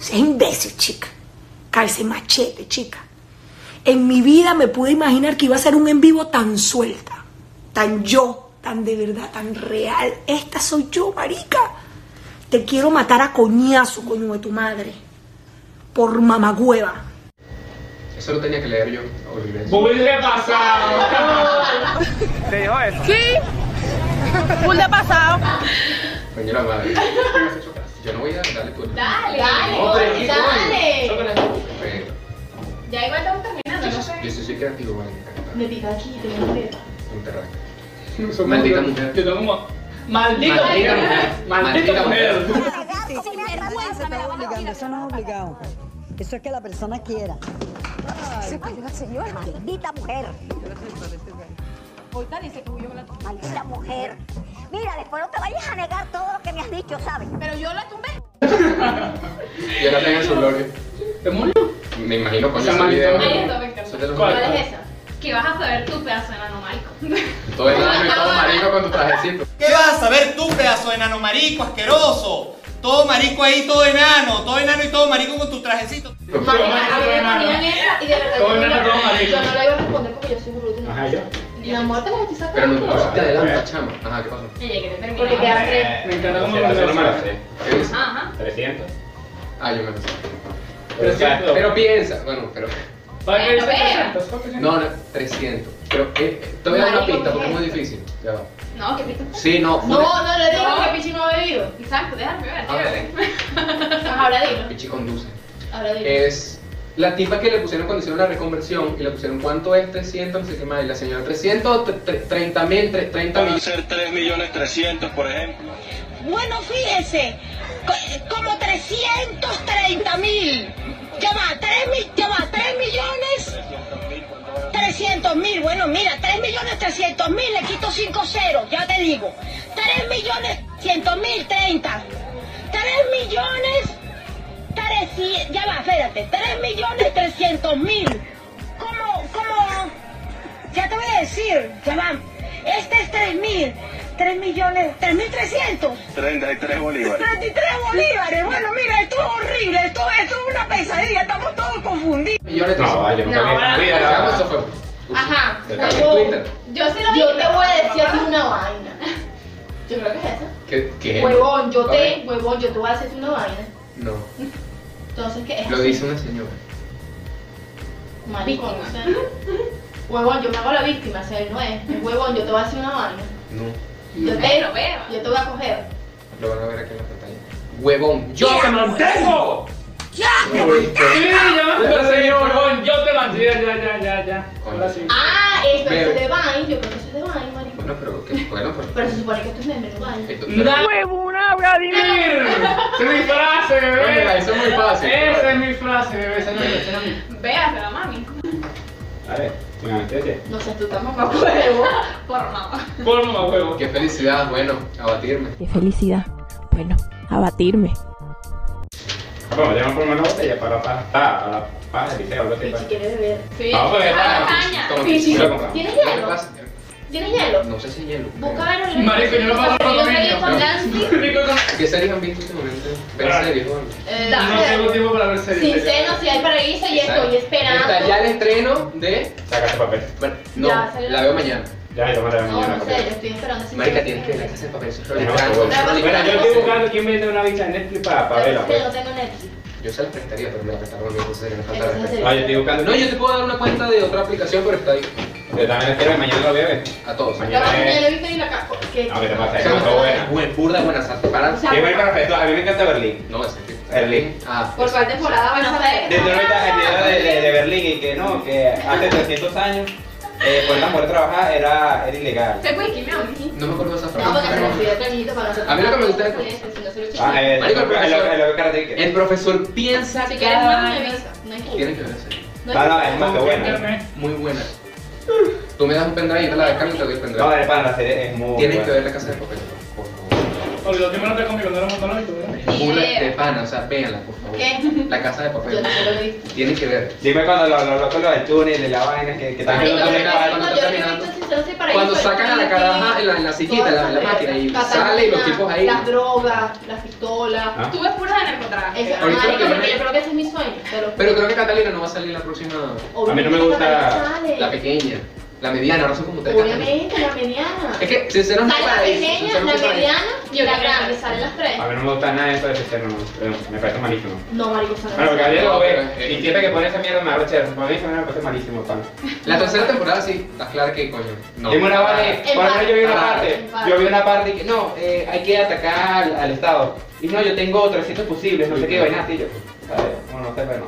Speaker 6: Es imbécil, chica. Calce machete, chica. En mi vida me pude imaginar que iba a ser un en vivo tan suelta, tan yo, tan de verdad, tan real. Esta soy yo, marica. Te quiero matar a coñazo, coño de tu madre. Por mamagüeva.
Speaker 3: Eso lo tenía que leer yo. olvidé eso.
Speaker 1: Muy repasado.
Speaker 2: *laughs*
Speaker 5: ¿Te dijo eso?
Speaker 3: Coño la madre. Yo no voy a darle tu.
Speaker 4: Dale,
Speaker 2: Dale,
Speaker 3: No, pero
Speaker 2: boy,
Speaker 3: aquí,
Speaker 2: dale.
Speaker 3: Pero,
Speaker 4: Ya igual estamos terminando, no sé.
Speaker 3: Yo sí soy creativo, vale.
Speaker 2: Me pica aquí, te voy a meter.
Speaker 3: Un terreno.
Speaker 1: Son
Speaker 3: Maldita
Speaker 1: como-
Speaker 3: mujer.
Speaker 1: Yo tengo como. Maldita
Speaker 3: Maldita
Speaker 1: mujer.
Speaker 3: mujer.
Speaker 1: Maldita
Speaker 3: Maldita
Speaker 1: mujer.
Speaker 11: Eso no es obligado. Eso es que la persona quiera.
Speaker 6: Maldita mujer. Maldita mujer. Mira, después no te vayas a negar todo lo que me has dicho, ¿sabes?
Speaker 2: Pero yo la tumbé.
Speaker 3: Y ahora tengan su gloria.
Speaker 1: ¿Te murió?
Speaker 3: Me imagino con
Speaker 1: O sea,
Speaker 3: ese
Speaker 1: maldita
Speaker 3: video.
Speaker 1: mujer.
Speaker 4: Ahí está, me encanta.
Speaker 3: Eso es de los
Speaker 1: ¿Cuál?
Speaker 2: ¿Cuál es esa?
Speaker 4: ¿Qué vas a saber tú, pedazo de anomalico?
Speaker 3: Todo el año y todo marico con tu trajecito.
Speaker 13: ¿Qué vas a ver tú, pedazo de enano marico asqueroso? Todo marico ahí, todo enano, todo enano y todo marico con tu trajecito.
Speaker 2: Marica, a mí me
Speaker 1: Marico,
Speaker 2: ponían esa y de repente
Speaker 1: Todo el mundo, todo marico.
Speaker 2: yo no la iba a responder porque yo soy bruta.
Speaker 5: Ajá, yo.
Speaker 2: Y la muerte la estoy
Speaker 3: Pero no
Speaker 2: sacando.
Speaker 3: tú pusiste adelante, chama. Ajá, ¿qué pasó?
Speaker 4: Ella quiere
Speaker 2: Porque
Speaker 4: terminar.
Speaker 2: quedan tres.
Speaker 1: Me encanta cómo
Speaker 5: lo
Speaker 1: lo
Speaker 5: no me Eh, la sé.
Speaker 3: ¿Qué dices?
Speaker 4: Ajá.
Speaker 5: 300.
Speaker 3: Ah, yo me lo sé.
Speaker 5: Pero, o sea,
Speaker 3: Pero piensa. Bueno, pero.
Speaker 1: ¿Para qué
Speaker 4: Bueno,
Speaker 1: dice
Speaker 4: bueno.
Speaker 1: 300? ¿Cuánto dice?
Speaker 3: No, no, 300. Pero eh, te voy a dar una
Speaker 2: Marico,
Speaker 3: pista
Speaker 2: ¿qué
Speaker 3: porque es
Speaker 2: es
Speaker 3: muy difícil. Ya va.
Speaker 4: No, que pito.
Speaker 3: Sí, no.
Speaker 2: No, no le digo
Speaker 4: No.
Speaker 2: que Pichi no ha bebido.
Speaker 4: Exacto, déjame ver,
Speaker 3: Ah,
Speaker 4: déjame ver.
Speaker 2: Ahora dilo.
Speaker 3: Pichi conduce.
Speaker 2: Ahora dilo.
Speaker 3: Es la tipa que le pusieron cuando hicieron la reconversión y le pusieron cuánto es 300, no sé qué más. Y la señora 300, 30 mil, 30 mil.
Speaker 12: ser 3 millones 300, por ejemplo.
Speaker 6: Bueno, fíjese, co- como 330 mil. Ya va, 3 mil, ya va, 3 millones. 300 mil, bueno, mira, 3 millones 300 mil, le quito 5 ceros, ya te digo. 3 millones 100 mil, 30. 3 millones 300, ya va, espérate, 3 millones 300 mil. Como, como, ya te voy a decir, ya va, este es 3 mil, 3 millones, 3 mil 300.
Speaker 12: 33 bolívares.
Speaker 6: 33 bolívares. Bueno, mira, esto es horrible. Esto, esto es una pesadilla. Estamos todos confundidos.
Speaker 3: millones.
Speaker 5: No, vale, nunca
Speaker 4: No,
Speaker 5: me-
Speaker 3: Mira,
Speaker 5: Mira,
Speaker 3: eso fue.
Speaker 2: Ajá.
Speaker 3: Te acabo en Twitter.
Speaker 4: Yo sí lo vi.
Speaker 2: Yo te voy a decir a ti una vaina. Yo creo que es esa.
Speaker 3: ¿Qué? ¿Qué?
Speaker 2: Huevón, yo
Speaker 3: A
Speaker 2: te,
Speaker 3: ver.
Speaker 2: huevón, yo te voy a decir una vaina.
Speaker 3: No,
Speaker 2: Entonces, ¿qué es?
Speaker 3: lo dice una señora.
Speaker 2: Maricón, o sea. Huevón, yo me hago la víctima, o sea, no es. Es Huevón, yo te voy a decir una vaina.
Speaker 3: No,
Speaker 2: Yo te,
Speaker 4: Pero veo.
Speaker 2: yo te voy a coger.
Speaker 3: lo van a ver aquí en la pantalla. Huevón.
Speaker 1: ¡Yo te mantengo! Sí, ya me
Speaker 3: Ya,
Speaker 1: parece,
Speaker 3: señor.
Speaker 1: huevón, Yo te mantengo. Ya, ya, ya, ya, ya. Ahora sí.
Speaker 2: Ah, esto
Speaker 3: Bebe.
Speaker 2: es de Vine. Yo creo que eso es de Vine, maricón.
Speaker 3: Bueno, pero que bueno, pero.
Speaker 2: Pero se supone que esto es meme, no Vine.
Speaker 3: esto- pero-
Speaker 1: ¡Da huevona, Vladimir! ¡Esa es mi frase,
Speaker 3: No, mira,
Speaker 5: eh.
Speaker 1: bebé!
Speaker 3: eso es muy fácil.
Speaker 1: Esa es mi frase, bebé. Esa no es esa no es mi-
Speaker 4: Véasela, mami.
Speaker 5: A ver, una anestesia.
Speaker 2: No sé, tú estás mamá *laughs* huevo.
Speaker 4: Por mamá.
Speaker 1: Por mamá, huevo.
Speaker 3: Qué felicidad, bueno, abatirme.
Speaker 14: Qué felicidad. Bueno, abatirme.
Speaker 5: Vamos, tenemos por lo menos botella para para la para el liceo, algo así.
Speaker 2: Si quieres beber. Sí.
Speaker 5: Vamos
Speaker 3: pues,
Speaker 5: a beber
Speaker 2: Ah,
Speaker 5: para-
Speaker 2: caña.
Speaker 5: como
Speaker 2: Sí,
Speaker 5: que
Speaker 2: sí.
Speaker 5: sí lo compramos.
Speaker 2: ¿Tienes hielo? ¿Tienes hielo?
Speaker 3: eh, No sé si hielo.
Speaker 2: Busca ver el
Speaker 1: Marico, yo no puedo hablar con los niños.
Speaker 3: ¿Qué series han visto últimamente? Ver series, bueno.
Speaker 2: Eh,
Speaker 1: No tengo tiempo para ver
Speaker 2: Sin
Speaker 1: series.
Speaker 2: seno, si hay paraíso y estoy
Speaker 3: Está ya el
Speaker 2: esperando.
Speaker 3: estreno de.
Speaker 5: Sacaste papel.
Speaker 3: Bueno, no,
Speaker 2: Ya, salió.
Speaker 3: la veo mañana.
Speaker 5: Ya, yo me la veo
Speaker 2: No,
Speaker 5: mañana.
Speaker 2: no sé, yo estoy esperando. sin
Speaker 3: Marica,
Speaker 2: seno.
Speaker 3: tienes que ver la casa de papel. eso es lo
Speaker 5: No,
Speaker 3: que
Speaker 5: no, no.
Speaker 3: hago.
Speaker 5: Bueno, yo estoy buscando quién vende una visa en Netflix para, para verla.
Speaker 2: Pero
Speaker 5: Pues.
Speaker 2: no tengo Netflix.
Speaker 3: Yo se las prestaría, pero me la prestaron a mí, entonces me falta
Speaker 2: Entonces,
Speaker 3: respeto.
Speaker 5: No, yo estoy buscando.
Speaker 3: No, yo te puedo dar una cuenta de otra aplicación, pero está ahí.
Speaker 5: Yo también espero que mañana la voy a ver.
Speaker 3: A todos.
Speaker 2: Yo
Speaker 5: Mañana
Speaker 2: mañana
Speaker 5: es.
Speaker 2: le vi pedir la casa. porque-
Speaker 5: No, ¿qué te pasa? Es
Speaker 3: Chamo,
Speaker 5: muy buena.
Speaker 3: Buen, burda, buena, salta para.
Speaker 5: Sí, bueno, perfecto. A mí me encanta Berlín.
Speaker 3: No, es que.
Speaker 5: Berlín.
Speaker 3: Ah,
Speaker 2: ¿Por cuál temporada van a ver?
Speaker 5: Desde ahorita el video de, de, de Berlín y que no, que hace 300 años, eh, pues la mujer trabajar era, era ilegal.
Speaker 4: Se fue Kim Jong-un.
Speaker 3: no me acuerdo de esa frase.
Speaker 2: No, porque se
Speaker 3: pero-
Speaker 2: nos pidió Carlitos para nosotros.
Speaker 3: A mí lo que me gusta es-
Speaker 5: Ah, eh,
Speaker 3: Marico, el
Speaker 5: lo-
Speaker 3: profesor-
Speaker 5: lo- lo que caracteriza.
Speaker 3: El profesor piensa
Speaker 2: Si quieres,
Speaker 3: cada
Speaker 2: no me
Speaker 3: año.
Speaker 2: avisa. No es
Speaker 3: Tienen que ver esa serie.
Speaker 5: No, no, es más que buena.
Speaker 3: Muy buena. Tú me das un pendrive y te la descargo y te doy el
Speaker 5: No,
Speaker 3: pendrive.
Speaker 5: de pan, la serie es muy
Speaker 3: Tienes que
Speaker 5: buena.
Speaker 3: ver la casa de papel. por favor.
Speaker 1: Porque lo último no te conmigo, no era monológico, ¿verdad?
Speaker 3: Burda de pana, o sea, véanla, por favor.
Speaker 2: ¿Qué?
Speaker 3: La casa de
Speaker 2: Yo
Speaker 3: papel.
Speaker 2: también lo vi.
Speaker 3: Tienen que ver.
Speaker 5: Dime cuando los lo, locos lo del túnel, de la vaina, que, que están
Speaker 2: Marico,
Speaker 5: viendo
Speaker 2: yo
Speaker 5: el
Speaker 2: lo
Speaker 5: túnel.
Speaker 3: para cuando
Speaker 2: vi, yo lo
Speaker 3: está
Speaker 2: vi,
Speaker 3: caminando.
Speaker 2: entonces, el paraíso,
Speaker 3: Cuando sacan a la
Speaker 2: el
Speaker 3: caraja
Speaker 2: parque,
Speaker 3: en la, en la sillita, la, la máquina, y
Speaker 2: Cataluña,
Speaker 3: sale y los tipos ahí.
Speaker 2: Las drogas, las pistolas.
Speaker 5: Ah.
Speaker 4: Tú ves puras de narcotráfico.
Speaker 2: Eso,
Speaker 3: Ahorita
Speaker 2: marico,
Speaker 3: lo que
Speaker 2: porque
Speaker 3: me-
Speaker 2: yo creo que ese es mi sueño. te lo juro.
Speaker 3: Pero creo que Catalina no va a salir la próxima.
Speaker 5: A mí no me gusta
Speaker 2: Obviamente,
Speaker 3: La pequeña, la mediana, ahora son como tres. Catalinas.
Speaker 2: Obviamente, la mediana.
Speaker 3: Es que, sinceramente,
Speaker 2: Sale la
Speaker 3: para ellos,
Speaker 2: pequeña, la
Speaker 3: sinceramente, para ellos.
Speaker 2: mediana y la grande. Salen las tres.
Speaker 5: A mí no me gusta nada eso de ese no, no, me parece malísimo.
Speaker 2: No, marico, salen
Speaker 5: Bueno,
Speaker 2: las
Speaker 5: porque a
Speaker 2: tres.
Speaker 5: mí lo ve, y siempre que pone esa mierda me da rechera, para mí eso me parece malísimo, pan.
Speaker 3: La tercera temporada sí, estás clara que coño. No.
Speaker 5: Dime una vaina,
Speaker 2: El
Speaker 5: por lo menos yo vi una
Speaker 3: par,
Speaker 5: parte,
Speaker 2: el par.
Speaker 5: yo vi una parte que no, eh, hay que atacar al, al Estado. Y no, yo tengo 300 fusibles, no sé qué vaina, tío. Bueno, no sé, bueno.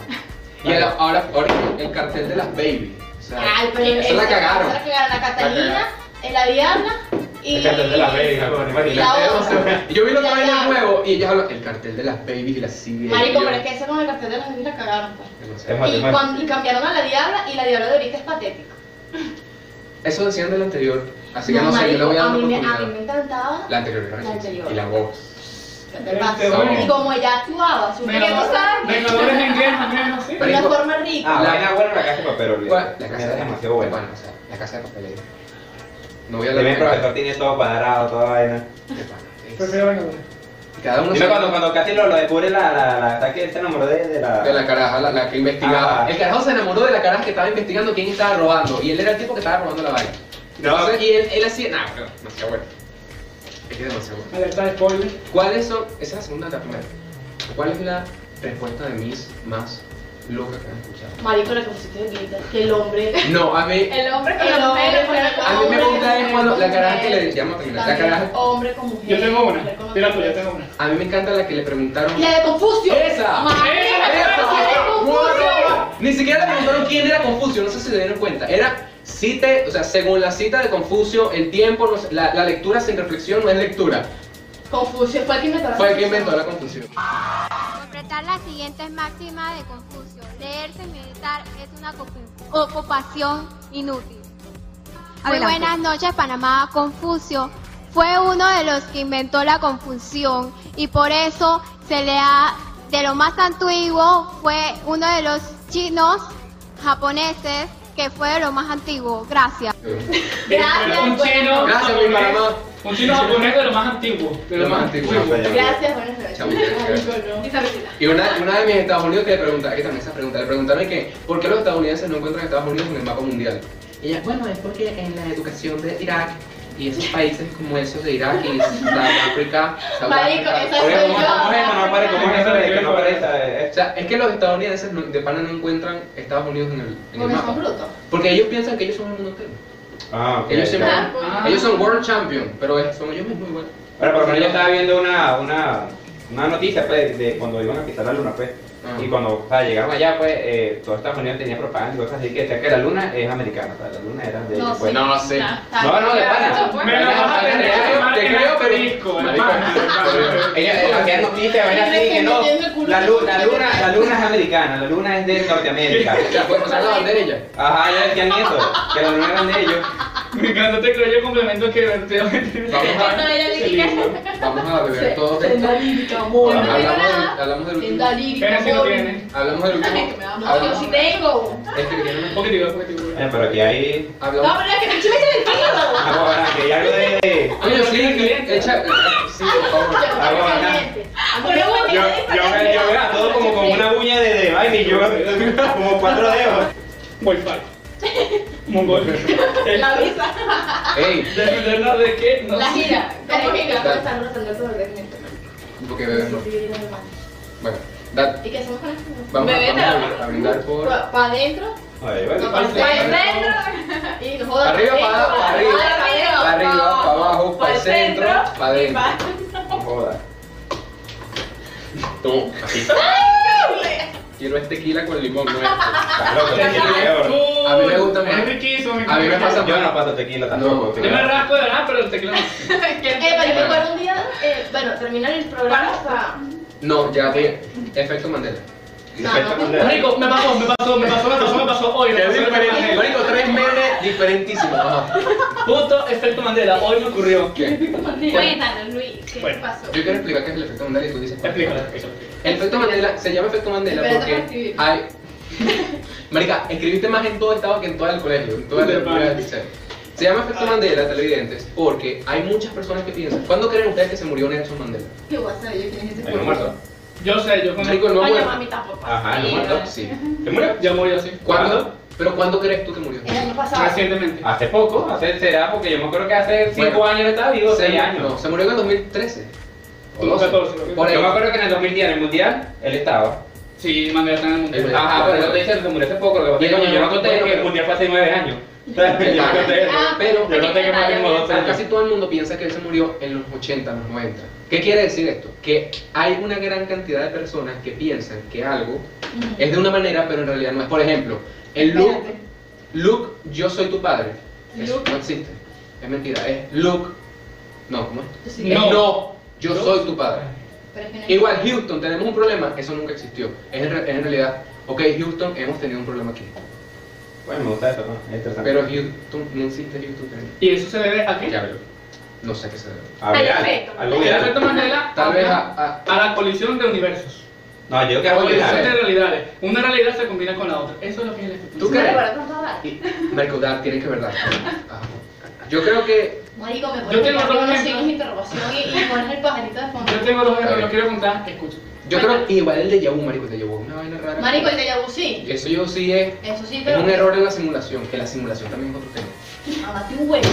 Speaker 3: Y el- ahora, ahora el cartel de las baby. O sea,
Speaker 2: Ay, pero
Speaker 3: esa
Speaker 2: esa-
Speaker 3: la cagaron.
Speaker 2: esa La cagaron la Catalina, eh, la Diana y.
Speaker 5: El cartel de la verga, con
Speaker 3: El
Speaker 5: animal.
Speaker 2: La
Speaker 3: cartel
Speaker 2: otra. *laughs*
Speaker 3: de las- Yo vi la otra
Speaker 2: La
Speaker 3: vez el
Speaker 2: otra.
Speaker 3: nuevo y ellos hablan. El cartel de las babies y las CBA.
Speaker 2: Marico, pero es que esa con el cartel de las niñas la cagaron. pues.
Speaker 5: Es más,
Speaker 2: Y,
Speaker 5: es más.
Speaker 2: cuan- y cambiaron a la Diabla y la Diabla de ahorita es patética.
Speaker 3: Eso decían del anterior, así que
Speaker 2: No,
Speaker 3: no sé, yo
Speaker 2: marico,
Speaker 3: le voy a
Speaker 2: a
Speaker 3: dar
Speaker 2: mí
Speaker 3: una
Speaker 2: me, a
Speaker 3: oportunidad.
Speaker 2: mí me encantaba.
Speaker 3: La anterior,
Speaker 2: La
Speaker 3: gracias.
Speaker 2: anterior.
Speaker 3: Y la voz.
Speaker 2: el paso.
Speaker 5: Este,
Speaker 2: Y como ella actuaba, su
Speaker 1: Venga,
Speaker 2: una cosa,
Speaker 1: Vengadores en inglés también, ¿no? Sí.
Speaker 2: de una forma rica.
Speaker 5: Ah, la vaina buena la casa de papel, olvídate.
Speaker 3: ¿Cuál? La
Speaker 5: Mierda,
Speaker 3: casa de
Speaker 5: es demasiado buena.
Speaker 3: Bueno, o sea, la casa de papel. No voy a
Speaker 5: Le ven,
Speaker 3: hablar de
Speaker 5: profesor, tiene todo cuadrado, toda vaina.
Speaker 3: de pana, es-
Speaker 1: Prefiero Vengadores.
Speaker 3: Cada uno
Speaker 5: Dime
Speaker 3: sabe-
Speaker 5: cuando, cuando casi lo, lo descubre la, la, la, la que se enamoró de, de la...
Speaker 3: de la caraja, la, la que investigaba.
Speaker 5: Ah.
Speaker 3: El carajo se enamoró de la caraja que estaba investigando quién estaba robando. Y él era el tipo que estaba robando la vaina.
Speaker 5: No.
Speaker 3: Entonces, y él, él hacía. Nah, no, demasiado bueno. Es que es demasiado bueno.
Speaker 1: Alerta de spoiler.
Speaker 3: ¿Cuáles son.? Esa es la segunda, la primera. ¿Cuál es la respuesta de Miss más loca que han escuchado?
Speaker 2: Marico, la que pusiste de Glitter, que el hombre.
Speaker 3: No, a mí.
Speaker 4: El hombre con
Speaker 2: El
Speaker 4: la
Speaker 2: hombre
Speaker 4: mujer.
Speaker 2: con la
Speaker 3: A mí me gusta es cuando la caraja que le. Ya vamos a terminar. La
Speaker 2: También
Speaker 3: caraja.
Speaker 2: Hombre con mujer.
Speaker 1: Yo tengo una.
Speaker 2: mujer con
Speaker 1: Mira tú,
Speaker 2: hombre.
Speaker 1: yo tengo una.
Speaker 3: A mí me encanta la que le preguntaron.
Speaker 2: Y la de Confucio.
Speaker 3: ¡Esa!
Speaker 2: Marico, la de Confucio.
Speaker 3: Ni siquiera le preguntaron quién era Confucio, no sé si se dieron cuenta. Era cita, o sea, según la cita de Confucio, el tiempo, no sé, la, la lectura sin reflexión no es lectura.
Speaker 2: Confucio fue el que inventó la
Speaker 3: Fue el que inventó
Speaker 2: confusión.
Speaker 3: la confusión.
Speaker 14: Interpretar las siguientes máximas de Confucio. Leerse y meditar es una ocu- ocupación inútil. Muy
Speaker 8: Adelante.
Speaker 14: buenas noches, Panamá. Confucio fue uno de los que inventó la confusión y por eso se le ha, de lo más antiguo, fue uno de los chinos japoneses que fue de lo más antiguo. Gracias.
Speaker 2: Gracias,
Speaker 1: Un
Speaker 2: buenas
Speaker 1: chino.
Speaker 2: noches.
Speaker 3: Gracias, mi Panamá.
Speaker 1: Un chino japonés de lo más antiguo. De
Speaker 3: Lo más antiguo.
Speaker 2: Gracias, buenas
Speaker 3: Chao, muchachos.
Speaker 2: noches. Marico, no.
Speaker 3: Y una, una de mis Estados Unidos que le preguntaba, que también esa pregunta, le preguntaron que, ¿por qué los estadounidenses no encuentran a Estados Unidos en el mapa mundial? Y ella, bueno, es porque en la educación de Irak y esos países como esos de Irak y Sudáfrica, South
Speaker 2: Marico,
Speaker 3: Africa,
Speaker 2: esa
Speaker 5: Oye,
Speaker 2: soy
Speaker 5: ¿cómo, cómo es eso? No aparece,
Speaker 2: yo.
Speaker 5: ¿cómo es eso de que no aparece? eh,
Speaker 3: O sea, es que los estadounidenses no- de pana no encuentran Estados Unidos en el, en el
Speaker 2: Porque son
Speaker 3: mapa.
Speaker 2: brutos.
Speaker 3: Porque ellos piensan que ellos son el mundo entero.
Speaker 5: Ah, ok.
Speaker 3: Ellos, siempre-
Speaker 2: Ah,
Speaker 1: pues.
Speaker 3: ellos son world champion, pero es- son ellos mismos igual.
Speaker 5: Bueno, por lo menos yo estaba viendo una, una, una noticia pues, de cuando iban a pisar la luna, pues.
Speaker 3: Ajá.
Speaker 5: Y cuando o sea, llegaron allá, pues, eh, toda Estados Unidos tenía propaganda y cosas así que decían que la luna es americana, o sea, la luna era de
Speaker 2: No,
Speaker 5: pues,
Speaker 2: sí.
Speaker 3: No sé.
Speaker 5: No, no, de pana.
Speaker 1: Me lo vas a
Speaker 3: Te
Speaker 1: tener que
Speaker 3: creo,
Speaker 1: tomar
Speaker 3: te
Speaker 1: en
Speaker 3: creo, pero-
Speaker 1: asterisco,
Speaker 3: Marico,
Speaker 1: hermano.
Speaker 5: Ella ella hacía noticias, vaina así que no. La luna, la luna, la luna es americana, la luna es de Norteamérica.
Speaker 3: pues, Ya puedes pasar la bandera y ya.
Speaker 5: Ajá, ya decían eso, que la luna era de ellos.
Speaker 1: Me encanta este criollo complemento que verdaderamente.
Speaker 2: Ah.
Speaker 3: Vamos a, vamos a beber todos. Hablamos, del- hablamos del último. Hablamos del último.
Speaker 2: No, yo sí tengo.
Speaker 1: Un poquitico, un poquitico.
Speaker 5: Eh, pero aquí hay.
Speaker 2: No, pero es que me chime que
Speaker 5: Agua banana, que hay algo de.
Speaker 3: Oye, sí, echa. Sí, por favor.
Speaker 5: Agua banana.
Speaker 2: Pero bueno,
Speaker 5: Yo, yo, me- yo veo a todo como con una uña de, de vaina y yo como cuatro dedos.
Speaker 1: Wi-Fi. Mongol. La
Speaker 2: visa.
Speaker 3: Ey.
Speaker 1: ¿De no, de qué? No
Speaker 2: La
Speaker 1: sé.
Speaker 2: gira.
Speaker 4: ¿Cómo que
Speaker 3: Dale.
Speaker 4: están rotando el sobrecimiento?
Speaker 3: Porque bebemos. Bueno, da-
Speaker 2: ¿Y qué hacemos con esto?
Speaker 3: vamos, a,
Speaker 2: Bebé,
Speaker 3: vamos a
Speaker 2: te-
Speaker 3: brin- a brindar por.
Speaker 2: Pa- pa' adentro.
Speaker 5: Ahí
Speaker 2: No, pa' adentro. Y no jodas,
Speaker 3: Arriba, pa' pa' arriba, pa' arriba, pa' abajo, pa' el centro, pa' adentro.
Speaker 5: Joda.
Speaker 3: Toma, así.
Speaker 2: Eh,
Speaker 3: Quiero es tequila con limón, no este. es.
Speaker 5: loco, tequila
Speaker 1: peor.
Speaker 3: A mí me gusta más.
Speaker 1: Es riquísimo. mi
Speaker 3: A mí me
Speaker 1: comida.
Speaker 3: pasa
Speaker 5: Yo
Speaker 3: más.
Speaker 5: no paso tequila tampoco.
Speaker 1: Yo me rasco de nada, pero el teclado.
Speaker 3: *laughs*
Speaker 2: Eh, pero yo me acuerdo un día, eh, bueno, terminar el programa. o sea,
Speaker 3: No, ya te. Efecto Mandela.
Speaker 2: Efecto
Speaker 1: Mandela. Marico, me pasó, me pasó, me pasó, me pasó, me pasó hoy. me
Speaker 3: Es
Speaker 1: pasó, me
Speaker 3: diferente.
Speaker 1: pasó.
Speaker 3: Marico, tres memes diferentísimos. ajá.
Speaker 1: Puto efecto Mandela, hoy me ocurrió.
Speaker 4: Cuéntanos, Luis, ¿qué
Speaker 3: Bueno,
Speaker 4: pasó?
Speaker 3: Yo quiero explicar qué es el efecto Mandela y tú dices.
Speaker 1: Explícalo,
Speaker 3: El efecto Mandela se llama efecto Mandela
Speaker 4: Espérate para
Speaker 3: porque
Speaker 4: escribir.
Speaker 3: hay. Marica, escribiste más en todo el estado que en todo el colegio, en toda la
Speaker 1: De
Speaker 3: lectura del
Speaker 1: pana.
Speaker 3: liceo. Se llama efecto Mandela, televidentes, porque hay muchas personas que piensan. ¿Cuándo creen ustedes que se murió Nelson Mandela?
Speaker 4: ¿Qué WhatsApp? ¿Yo quién es ese?
Speaker 3: ¿No muerto?
Speaker 1: Yo sé, yo con
Speaker 3: Marico, no ha
Speaker 4: Oye,
Speaker 3: muerto.
Speaker 4: mami, tampoco.
Speaker 5: Ajá, ¿no muerto?
Speaker 3: Sí.
Speaker 5: ¿Se murió?
Speaker 1: Ya murió así.
Speaker 3: ¿Cuándo? ¿Pero cuándo crees tú que murió?
Speaker 4: Eh.
Speaker 2: El año pasado.
Speaker 1: Recientemente.
Speaker 5: Hace poco, hace será porque yo me acuerdo que hace 5
Speaker 3: Bueno,
Speaker 5: años estaba vivo,
Speaker 3: se
Speaker 5: 6
Speaker 3: mu-
Speaker 5: años.
Speaker 3: No, se murió en el 2013. o
Speaker 1: Tú,
Speaker 3: 12.
Speaker 1: 14, creo que
Speaker 3: Por ahí.
Speaker 5: Yo me acuerdo que en el 2010, en el mundial, él estaba.
Speaker 1: Sí, Mandela está en el mundial.
Speaker 5: Ajá, pero yo te dije que se murió hace poco. Lo que pasa es que yo no conté que el mundial fue hace
Speaker 3: *laughs*
Speaker 5: 9 años. Yo no conté
Speaker 2: Ah,
Speaker 5: eso.
Speaker 3: Pero
Speaker 5: Yo no tengo más que como 12 años.
Speaker 3: casi todo el mundo piensa que él se murió en los 80, en los 90. ¿Qué quiere decir esto? Que hay una gran cantidad de personas que piensan que algo es de una manera, pero en realidad no es. Por ejemplo, el Luke, Luke, yo soy tu padre. Eso
Speaker 2: Luke.
Speaker 3: no existe. Es mentira. Es Luke. No, ¿cómo es?
Speaker 2: Sí.
Speaker 3: Es
Speaker 1: No.
Speaker 3: no, yo soy tu padre.
Speaker 2: pero es que no-
Speaker 3: Igual, Houston, tenemos un problema. Eso nunca existió. Es en, re- es en realidad, ok, Houston, hemos tenido un problema aquí.
Speaker 5: Bueno, me gusta eso, ¿no? Es interesante.
Speaker 3: Pero Houston, no existe Houston. pero-
Speaker 1: ¿Y eso se debe a qué?
Speaker 3: Ya veo. No sé a qué se debe.
Speaker 5: A ver, algo
Speaker 1: El
Speaker 5: viral.
Speaker 1: efecto Mandela
Speaker 3: Tal vez
Speaker 1: habla
Speaker 3: a-
Speaker 1: a la colisión de universos.
Speaker 5: No, yo creo que
Speaker 1: La
Speaker 5: algo
Speaker 1: colisión de
Speaker 5: viral.
Speaker 1: realidades. Una realidad se combina con la otra. Eso es lo que es el efecto.
Speaker 3: ¿Tú
Speaker 1: Mandela.
Speaker 3: crees?
Speaker 2: Pero tanto hablar.
Speaker 3: Marco, da, tienes que verdad. Ajá. Yo creo que.
Speaker 2: Marico, me
Speaker 1: Yo
Speaker 2: pones
Speaker 1: tengo otro
Speaker 2: unos
Speaker 1: ejemplo.
Speaker 2: signos de interrogación y, y pones el pajarito de fondo.
Speaker 1: Yo tengo dos ejemplos, los quiero contar. Escucha.
Speaker 3: Yo creo que igual el de Yahoo, Marico, el de Yahoo es una vaina rara.
Speaker 2: Marico, el de Yabu sí.
Speaker 3: Eso yo sí es.
Speaker 2: Eso sí,
Speaker 3: Es
Speaker 2: pero.
Speaker 3: un error en la simulación, que la simulación también es otro tema.
Speaker 2: Mamá, un huevo.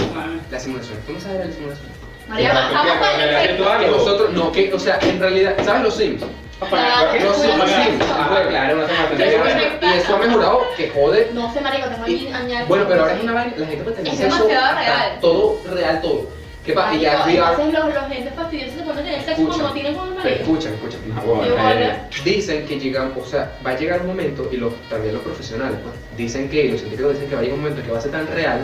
Speaker 3: La simulación, ¿tú no sabes de la simulación?
Speaker 2: María,
Speaker 5: Ya,
Speaker 2: vamos
Speaker 5: ya,
Speaker 2: para
Speaker 5: ya, ya,
Speaker 2: el
Speaker 5: ya, ya,
Speaker 3: Que nosotros, no, que, o sea, en realidad, ¿sabes los Sims?
Speaker 2: Ah,
Speaker 3: Los Sims, los Sims.
Speaker 5: Ah, claro, una toma
Speaker 3: Y eso- Y eso ha mejorado, que jode.
Speaker 2: No sé, Marico, tengo
Speaker 3: Y-
Speaker 2: que añadir.
Speaker 3: Bueno, pero ahora es una vaina, la gente
Speaker 2: Es
Speaker 3: pertenece a eso.
Speaker 2: demasiado
Speaker 3: hasta
Speaker 2: real.
Speaker 3: Todo real, todo. ¿Qué pasa? Y ya es
Speaker 2: Marico,
Speaker 3: VR.
Speaker 2: Entonces, los, los gente fastidiosos se ponen a tener sexo
Speaker 3: Escucha.
Speaker 2: como tienen con un
Speaker 3: Pero
Speaker 2: marido.
Speaker 3: escucha, escucha.
Speaker 2: Yo, hola.
Speaker 3: Dicen que llegan, o sea, va a llegar un momento, y los, también los profesionales, pues, dicen que, y los científicos dicen que va a llegar un momento que va a ser tan real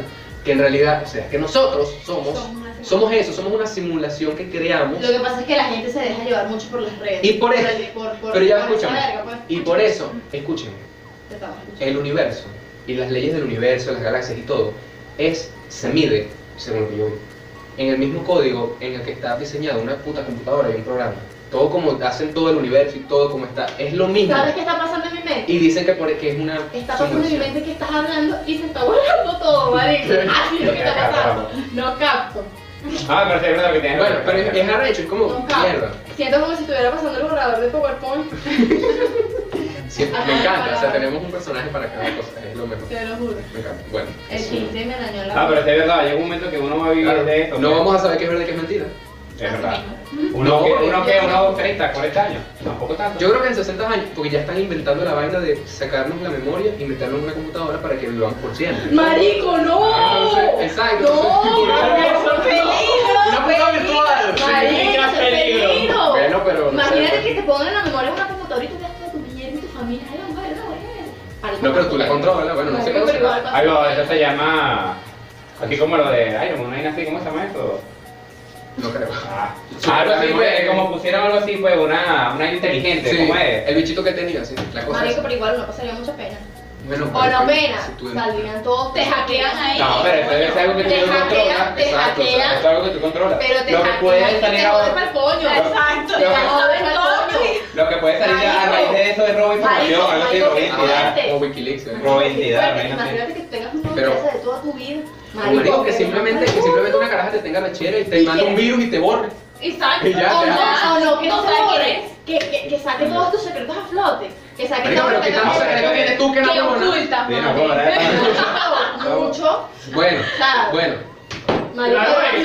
Speaker 3: que en realidad, o sea, que nosotros somos, somos eso, somos una simulación que creamos,
Speaker 2: Lo que pasa es que la gente se deja llevar mucho por las redes.
Speaker 3: Y por eso-
Speaker 2: el- por- por-
Speaker 3: pero ya
Speaker 2: por esa
Speaker 3: escúchame,
Speaker 2: verga, pues.
Speaker 3: y por eso, escuchen,
Speaker 2: Te estaba escuchando.
Speaker 3: el universo y las leyes del universo, las galaxias y todo, es, se mide, según lo que yo vi, en el mismo código en el que está diseñado una puta computadora y un programa. Todo como hacen todo el universo y todo como está, es lo mismo.
Speaker 2: ¿Sabes qué está pasando en mi mente?
Speaker 3: Y dicen que, por, que es una.
Speaker 2: Está pasando en mi
Speaker 3: simulación.
Speaker 2: mente que estás hablando y se está borrando todo, marico. Así es lo que está pasando. No capto.
Speaker 5: Ah, pero sí, es verdad que tienes
Speaker 3: Bueno, pero es, es arrecho, es como
Speaker 2: No capto.
Speaker 3: mierda.
Speaker 2: Siento como si estuviera pasando el borrador de PowerPoint,
Speaker 3: Sí, me encanta, o sea, tenemos un personaje para cada cosa, es lo mejor.
Speaker 2: te lo juro.
Speaker 3: Me encanta. Bueno,
Speaker 2: El chiste me dañó la
Speaker 5: Ah, pero sí, es verdad, llega un momento que uno va a vivir
Speaker 3: claro,
Speaker 5: de eso.
Speaker 3: no
Speaker 5: pues.
Speaker 3: vamos a saber qué es verdad y qué es mentira.
Speaker 5: Es verdad.
Speaker 3: No,
Speaker 5: Uno que, uno que,
Speaker 3: no.
Speaker 5: unos 30, 40 años. Tampoco tanto.
Speaker 3: Yo creo que en 60 años, porque ya están inventando la vaina de sacarnos la memoria y meternos en una computadora para que vivamos por siempre.
Speaker 2: ¡Marico, no!
Speaker 3: Entonces, exacto.
Speaker 2: ¡No!
Speaker 3: Entonces,
Speaker 2: ¡Peligro!
Speaker 3: Una puta virtual.
Speaker 2: ¡Marico,
Speaker 1: Significa
Speaker 2: eso es
Speaker 1: peligro.
Speaker 2: peligro!
Speaker 3: Bueno, pero no sé,
Speaker 2: Imagínate
Speaker 3: pues.
Speaker 2: que te pongan en la memoria una computadora y tú veas toda tu billete y tu familia. ¡Ay, vamos a ver, vamos a ver!
Speaker 3: No, pero tú la controlas, bueno, no sé
Speaker 2: Marico,
Speaker 3: cómo se
Speaker 2: pero
Speaker 3: llama.
Speaker 2: igual pasa.
Speaker 5: Algo, eso se llama. Aquí como lo de Iron Man, ¿no? así, ¿cómo se llama eso?
Speaker 3: No creo.
Speaker 5: Ah, algo así, pues, como pusieron algo así, pues, una, una inteligente,
Speaker 3: Sí,
Speaker 5: ¿cómo es?
Speaker 3: el bichito que tenía, sí, la cosa.
Speaker 2: Marico,
Speaker 3: esa.
Speaker 2: pero igual no pasaría mucha pena.
Speaker 3: Bueno,
Speaker 2: O lo menos,
Speaker 3: si tú-
Speaker 2: saldrían todos, te hackean ahí.
Speaker 5: No, pero eso es algo que tú
Speaker 2: Te
Speaker 5: no controlas.
Speaker 2: hackean, te
Speaker 5: Exacto, eso
Speaker 2: hackean.
Speaker 5: es algo que tú controlas.
Speaker 2: Pero te
Speaker 5: Lo que
Speaker 2: hackean
Speaker 5: puede
Speaker 2: y
Speaker 5: salir
Speaker 2: te
Speaker 5: ahora.
Speaker 2: joden pa'l coño.
Speaker 5: Lo-
Speaker 2: Exacto,
Speaker 5: lo
Speaker 2: ya
Speaker 5: que-
Speaker 2: joden pa'l coño.
Speaker 5: Lo que puede salir ya a raíz de eso es robo de información,
Speaker 2: Marico,
Speaker 5: algo así,
Speaker 2: marico,
Speaker 5: robo de identidad.
Speaker 2: fuerte.
Speaker 3: O Wikileaks. ¿eh?
Speaker 5: Robo de identidad,
Speaker 2: Fuerte,
Speaker 5: imagínate.
Speaker 2: Imagínate que tengas una
Speaker 3: Pero-
Speaker 2: empresa de toda tu vida.
Speaker 3: O marico, que simplemente, que simplemente una caraja te tenga mechera y te manda un virus y te borre.
Speaker 2: Exacto.
Speaker 3: Y ya,
Speaker 2: o,
Speaker 3: ya.
Speaker 2: No, o no, que
Speaker 4: No
Speaker 2: no
Speaker 4: sabe quién
Speaker 2: sabes que, que, que saque todos tus secretos a flote. Que saque
Speaker 3: Marico,
Speaker 2: todos
Speaker 3: pero
Speaker 2: los
Speaker 3: ¿qué tanto secreto tienes tú que no
Speaker 2: que
Speaker 3: tengo nada?
Speaker 2: ocultas,
Speaker 3: Sí, no,
Speaker 2: mami.
Speaker 3: joder,
Speaker 5: ¿eh? *laughs*
Speaker 2: Mucho, mucho.
Speaker 3: Bueno,
Speaker 2: Claro.
Speaker 3: bueno.
Speaker 2: Marico,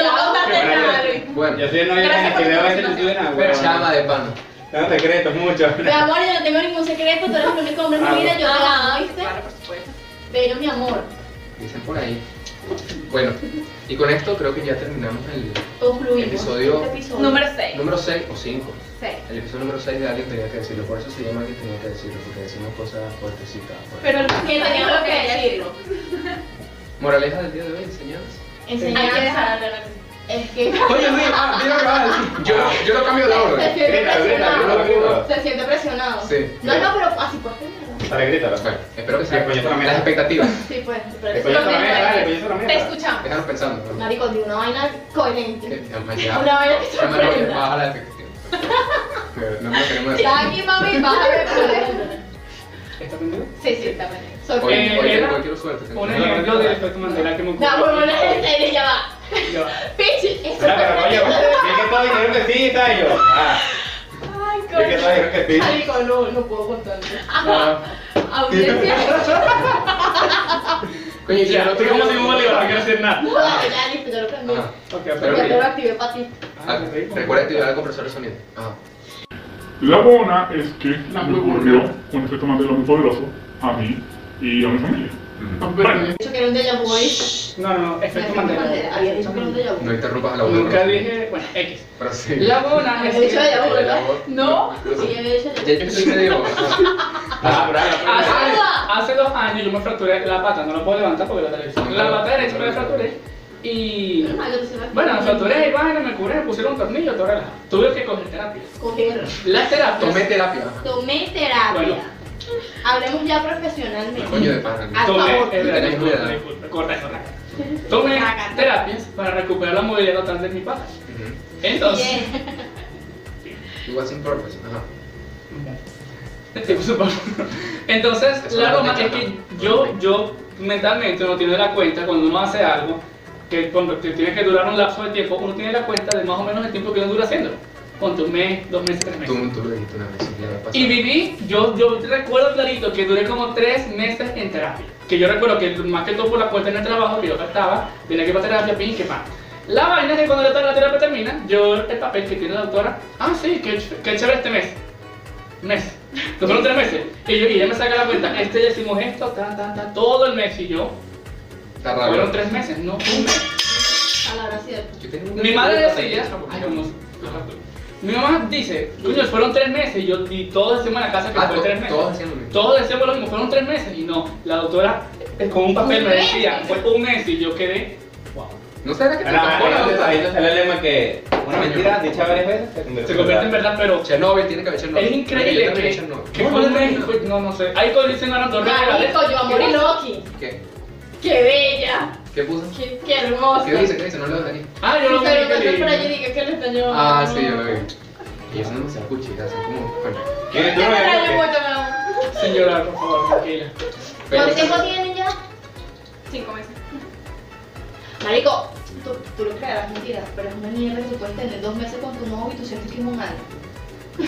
Speaker 2: no contaste nada, Luis.
Speaker 3: Bueno.
Speaker 5: Yo soy novio de
Speaker 2: Gracias
Speaker 5: Ana,
Speaker 2: por
Speaker 5: que
Speaker 2: tu
Speaker 5: veo a veces
Speaker 2: participación.
Speaker 5: que sube una
Speaker 3: Pero llama de pana.
Speaker 5: No secretos, mucho.
Speaker 2: Mi amor, yo no tengo ningún secreto, tú eres el único hombre en mi vida, yo te amo, ¿viste? Ah, Claro, pues. por supuesto. Pero mi amor,
Speaker 3: Dicen por ahí. Bueno, y con esto creo que ya terminamos el
Speaker 2: concluimos.
Speaker 3: episodio,
Speaker 2: Este episodio.
Speaker 4: Número seis.
Speaker 3: número 6 o 5.
Speaker 4: Seis.
Speaker 3: El episodio número 6 de alguien tenía que decirlo, por eso se llama alguien tenía que decirlo, porque decimos cosas fuertecitas. fuertes.
Speaker 4: Pero
Speaker 2: que teníamos que decirlo.
Speaker 3: Moraleja del día de hoy, enseñanzas.
Speaker 2: Enseñar
Speaker 4: Hay que dejar
Speaker 2: Es que.
Speaker 3: Oye, Luis, ah, mira lo que vas a decir. Yo, yo lo cambio
Speaker 2: *laughs*
Speaker 3: de
Speaker 4: *laughs*
Speaker 2: Se
Speaker 3: orden.
Speaker 2: siente
Speaker 3: Grita, grita,
Speaker 2: presionado.
Speaker 3: yo lo cambio.
Speaker 2: Se siente presionado.
Speaker 3: Sí.
Speaker 2: No, no, pero así por qué.
Speaker 5: Dale, grítalo.
Speaker 3: Bueno, espero que sea las expectativas.
Speaker 2: Sí, pues.
Speaker 3: El coño está la mierda, dale, el coño está la
Speaker 2: Te
Speaker 3: mierda.
Speaker 2: escuchamos.
Speaker 3: Déjanos pensando. ¿no?
Speaker 2: Marico, di una vaina coherente.
Speaker 3: Ya, ma, ya.
Speaker 2: Una vaina que
Speaker 3: Ya, ma, no,
Speaker 2: sorprenda.
Speaker 3: ya, Baja
Speaker 4: *laughs*
Speaker 3: la expectativa. Pero No me lo queremos decir.
Speaker 2: Está aquí, mami, vas a ver por qué.
Speaker 1: ¿Está prendido?
Speaker 2: Sí, sí, está bien.
Speaker 3: Hoy,
Speaker 2: Sorprende.
Speaker 3: hoy,
Speaker 1: era-
Speaker 3: hoy quiero suerte.
Speaker 1: Un ejemplo del efecto Mandela que me ocurrió.
Speaker 2: No, por una en serio, ya va.
Speaker 1: Yo-
Speaker 2: Pichi, es
Speaker 5: Espera, pero oye,
Speaker 2: sorprendente.
Speaker 5: es que todos dijeron que sí, está yo. Ah,
Speaker 2: Ay,
Speaker 5: es que todos dijeron
Speaker 2: coño.
Speaker 5: que sí.
Speaker 2: Marico, no, no puedo contar.
Speaker 5: Ah.
Speaker 2: Audiencia. *laughs*
Speaker 3: Coño,
Speaker 1: Ya, estoy como si un bolívar, no quiero decir nada.
Speaker 2: No, ya, listo, yo lo cambié. Yo te lo activé para ti.
Speaker 3: Ah, Recuerda activar el compresor de sonido. Ah. Ajá.
Speaker 15: La buena es que me ocurrió un efecto Mandela muy poderoso a mí y a mi familia.
Speaker 2: Había dicho que era un déjà vu ahí.
Speaker 1: No, no, no, efecto Mandela.
Speaker 2: Había dicho que era un déjà vu.
Speaker 3: No interrumpas a la voz.
Speaker 1: Nunca dije, bueno, X.
Speaker 3: Pero sí.
Speaker 1: La buena es
Speaker 2: Había dicho déjà vu, ¿verdad?
Speaker 1: No.
Speaker 2: Sí, había dicho déjà vu.
Speaker 3: Ya yo estoy medio.
Speaker 1: *laughs*
Speaker 3: Ah,
Speaker 1: Hace, hace dos años yo me fracturé la pata, no la puedo levantar porque la televisión. La pata derecha me la fracturé y. Bueno, me fracturé y bueno, me curé, me pusieron un tornillo, todo relajado. Tuve que coger terapia.
Speaker 2: Coger.
Speaker 1: La terapia.
Speaker 3: Tomé terapia.
Speaker 2: Tomé terapia.
Speaker 1: Bueno.
Speaker 2: Hablemos ya profesionalmente.
Speaker 3: Coño de pana.
Speaker 2: Al
Speaker 1: Tomé,
Speaker 2: favor.
Speaker 1: eh,
Speaker 3: Tenés
Speaker 1: disculpa,
Speaker 3: cuidado.
Speaker 1: disculpa, corta eso, raca. Tomé terapias para recuperar la movilidad total de mi pata. Entonces. *laughs*
Speaker 3: Igual sin purpose. Ajá.
Speaker 1: Tipo, supongo. Entonces,
Speaker 3: Eso
Speaker 1: la
Speaker 3: no
Speaker 1: broma
Speaker 3: te
Speaker 1: es
Speaker 3: trata.
Speaker 1: que yo, yo mentalmente uno tiene la cuenta cuando uno hace algo que cuando te tiene que durar un lapso de tiempo, uno tiene la cuenta de más o menos el tiempo que uno dura haciéndolo. Ponte un mes, dos meses, tres meses.
Speaker 3: Tú, tú lo dijiste una vez. ya la pasada.
Speaker 1: Y viví, yo, yo recuerdo clarito que duré como tres meses en terapia. Que yo recuerdo que más que todo por la cuenta en el trabajo que yo gastaba, tenía que ir para terapia, pin, que pan. La vaina es que cuando la la terapia termina, yo el papel que tiene la doctora, ah, sí, qué, ch- qué chévere este mes. Mes. Que fueron tres meses. Y, yo, y ella me saca la cuenta, este ya hicimos esto, ta, ta, ta, todo el mes. Y yo,
Speaker 3: Está raro.
Speaker 1: fueron tres meses, no un mes.
Speaker 2: A la hora cierta.
Speaker 3: Yo tengo un-
Speaker 1: Mi madre decía, ay, no, no, mi mamá dice, coño, fueron tres meses y, yo, y todos decimos en la casa que
Speaker 3: Ah,
Speaker 1: fue
Speaker 3: to-
Speaker 1: tres meses.
Speaker 3: todos decían lo mismo.
Speaker 1: Todos decíamos lo mismo, fueron tres meses y no, la doctora eh, con un papel
Speaker 2: Un
Speaker 1: me
Speaker 2: mes.
Speaker 1: decía, fue un mes y yo quedé, wow.
Speaker 3: No será que
Speaker 1: Ah,
Speaker 3: te
Speaker 5: Ahora,
Speaker 3: tapó la
Speaker 5: ahí
Speaker 3: boca.
Speaker 5: ahí te sale el lema que una mentira dicha varias veces se convierte
Speaker 1: Se convierte en verdad, pero
Speaker 3: Chernobyl tiene que haber Chernobyl.
Speaker 1: es increíble
Speaker 3: Yo también
Speaker 1: que,
Speaker 3: Chernobyl.
Speaker 1: que fue un mes y fue- no, no sé, ahí todos dicen ahora dos
Speaker 2: Marico, yo amor y Loki.
Speaker 3: ¿Qué?
Speaker 2: Qué bella.
Speaker 3: ¿Qué puso?
Speaker 2: Qué, qué hermosa.
Speaker 3: ¿Qué dice? ¿Qué dice? No lo veo aquí.
Speaker 1: Ah, yo lo vi,
Speaker 2: Pero
Speaker 1: qué
Speaker 2: entonces por
Speaker 1: lindo.
Speaker 2: allí dije que le extrañó.
Speaker 3: Ah, sí, yo lo vi. Ellos son demasiado cuchitas, son como. Bueno.
Speaker 2: Yo te extraño mucho, mi amor.
Speaker 1: Señora, por favor, tranquila.
Speaker 2: ¿Cuánto tiempo tienen ya?
Speaker 4: Cinco meses.
Speaker 2: Marico, tú, tú lo creerás mentira, pero es una mierda que tú puedes tener dos meses con tu novio y tú sientes que es un año.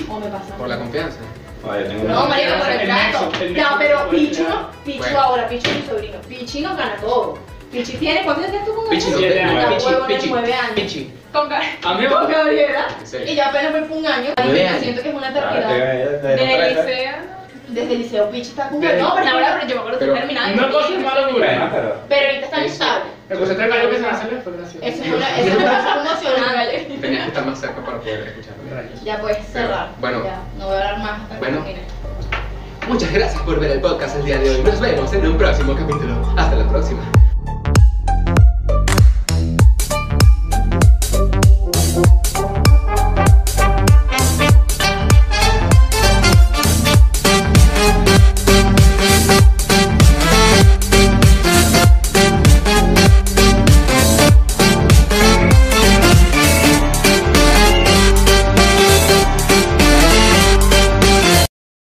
Speaker 2: O me pasa.
Speaker 3: Por la confianza.
Speaker 2: No, marico, por el
Speaker 1: El
Speaker 2: trato.
Speaker 1: nexo, el nexo
Speaker 2: No,
Speaker 1: que
Speaker 2: pero
Speaker 1: se puede
Speaker 2: Pichu,
Speaker 1: crear.
Speaker 2: no- Pichu
Speaker 3: Bueno.
Speaker 2: ahora, Pichu es mi sobrino. Pichi nos gana todo. Pichi tiene, ¿cuánto tienes tú con
Speaker 3: Pichi, no
Speaker 1: Siete
Speaker 3: te-
Speaker 1: años.
Speaker 3: no, Pichi,
Speaker 2: La huevona,
Speaker 3: Pichi,
Speaker 2: nueve años.
Speaker 3: Pichi.
Speaker 4: Con Gar-
Speaker 1: A mí me
Speaker 2: Con Gabriela.
Speaker 3: En serio.
Speaker 2: Y ya apenas me fue un año.
Speaker 3: Muy
Speaker 2: Marico,
Speaker 3: bien.
Speaker 2: siento que es una
Speaker 5: Ahora te
Speaker 2: eternidad.
Speaker 5: voy a- te voy a-
Speaker 2: Desde el liceo, Pichi está con
Speaker 1: Desde-
Speaker 2: No, pero ahora, pero yo me acuerdo que
Speaker 1: Pero-
Speaker 2: terminaba.
Speaker 1: No cosas más
Speaker 5: Bueno,
Speaker 1: locura.
Speaker 5: pero.
Speaker 2: Pero ahorita están estables.
Speaker 1: Me puse tres gallos que se me hacen, fue gracioso.
Speaker 2: Eso es una, eso es una
Speaker 3: *laughs*
Speaker 2: cosa emocionante.
Speaker 3: Tenías que estar más cerca para poder escucharlo.
Speaker 2: Ya puedes cerrar.
Speaker 3: Bueno.
Speaker 2: Ya, no voy a hablar más hasta que
Speaker 3: Bueno.
Speaker 2: termine.
Speaker 3: Muchas gracias por ver el podcast el día de hoy. Nos vemos en un próximo capítulo. Hasta la próxima.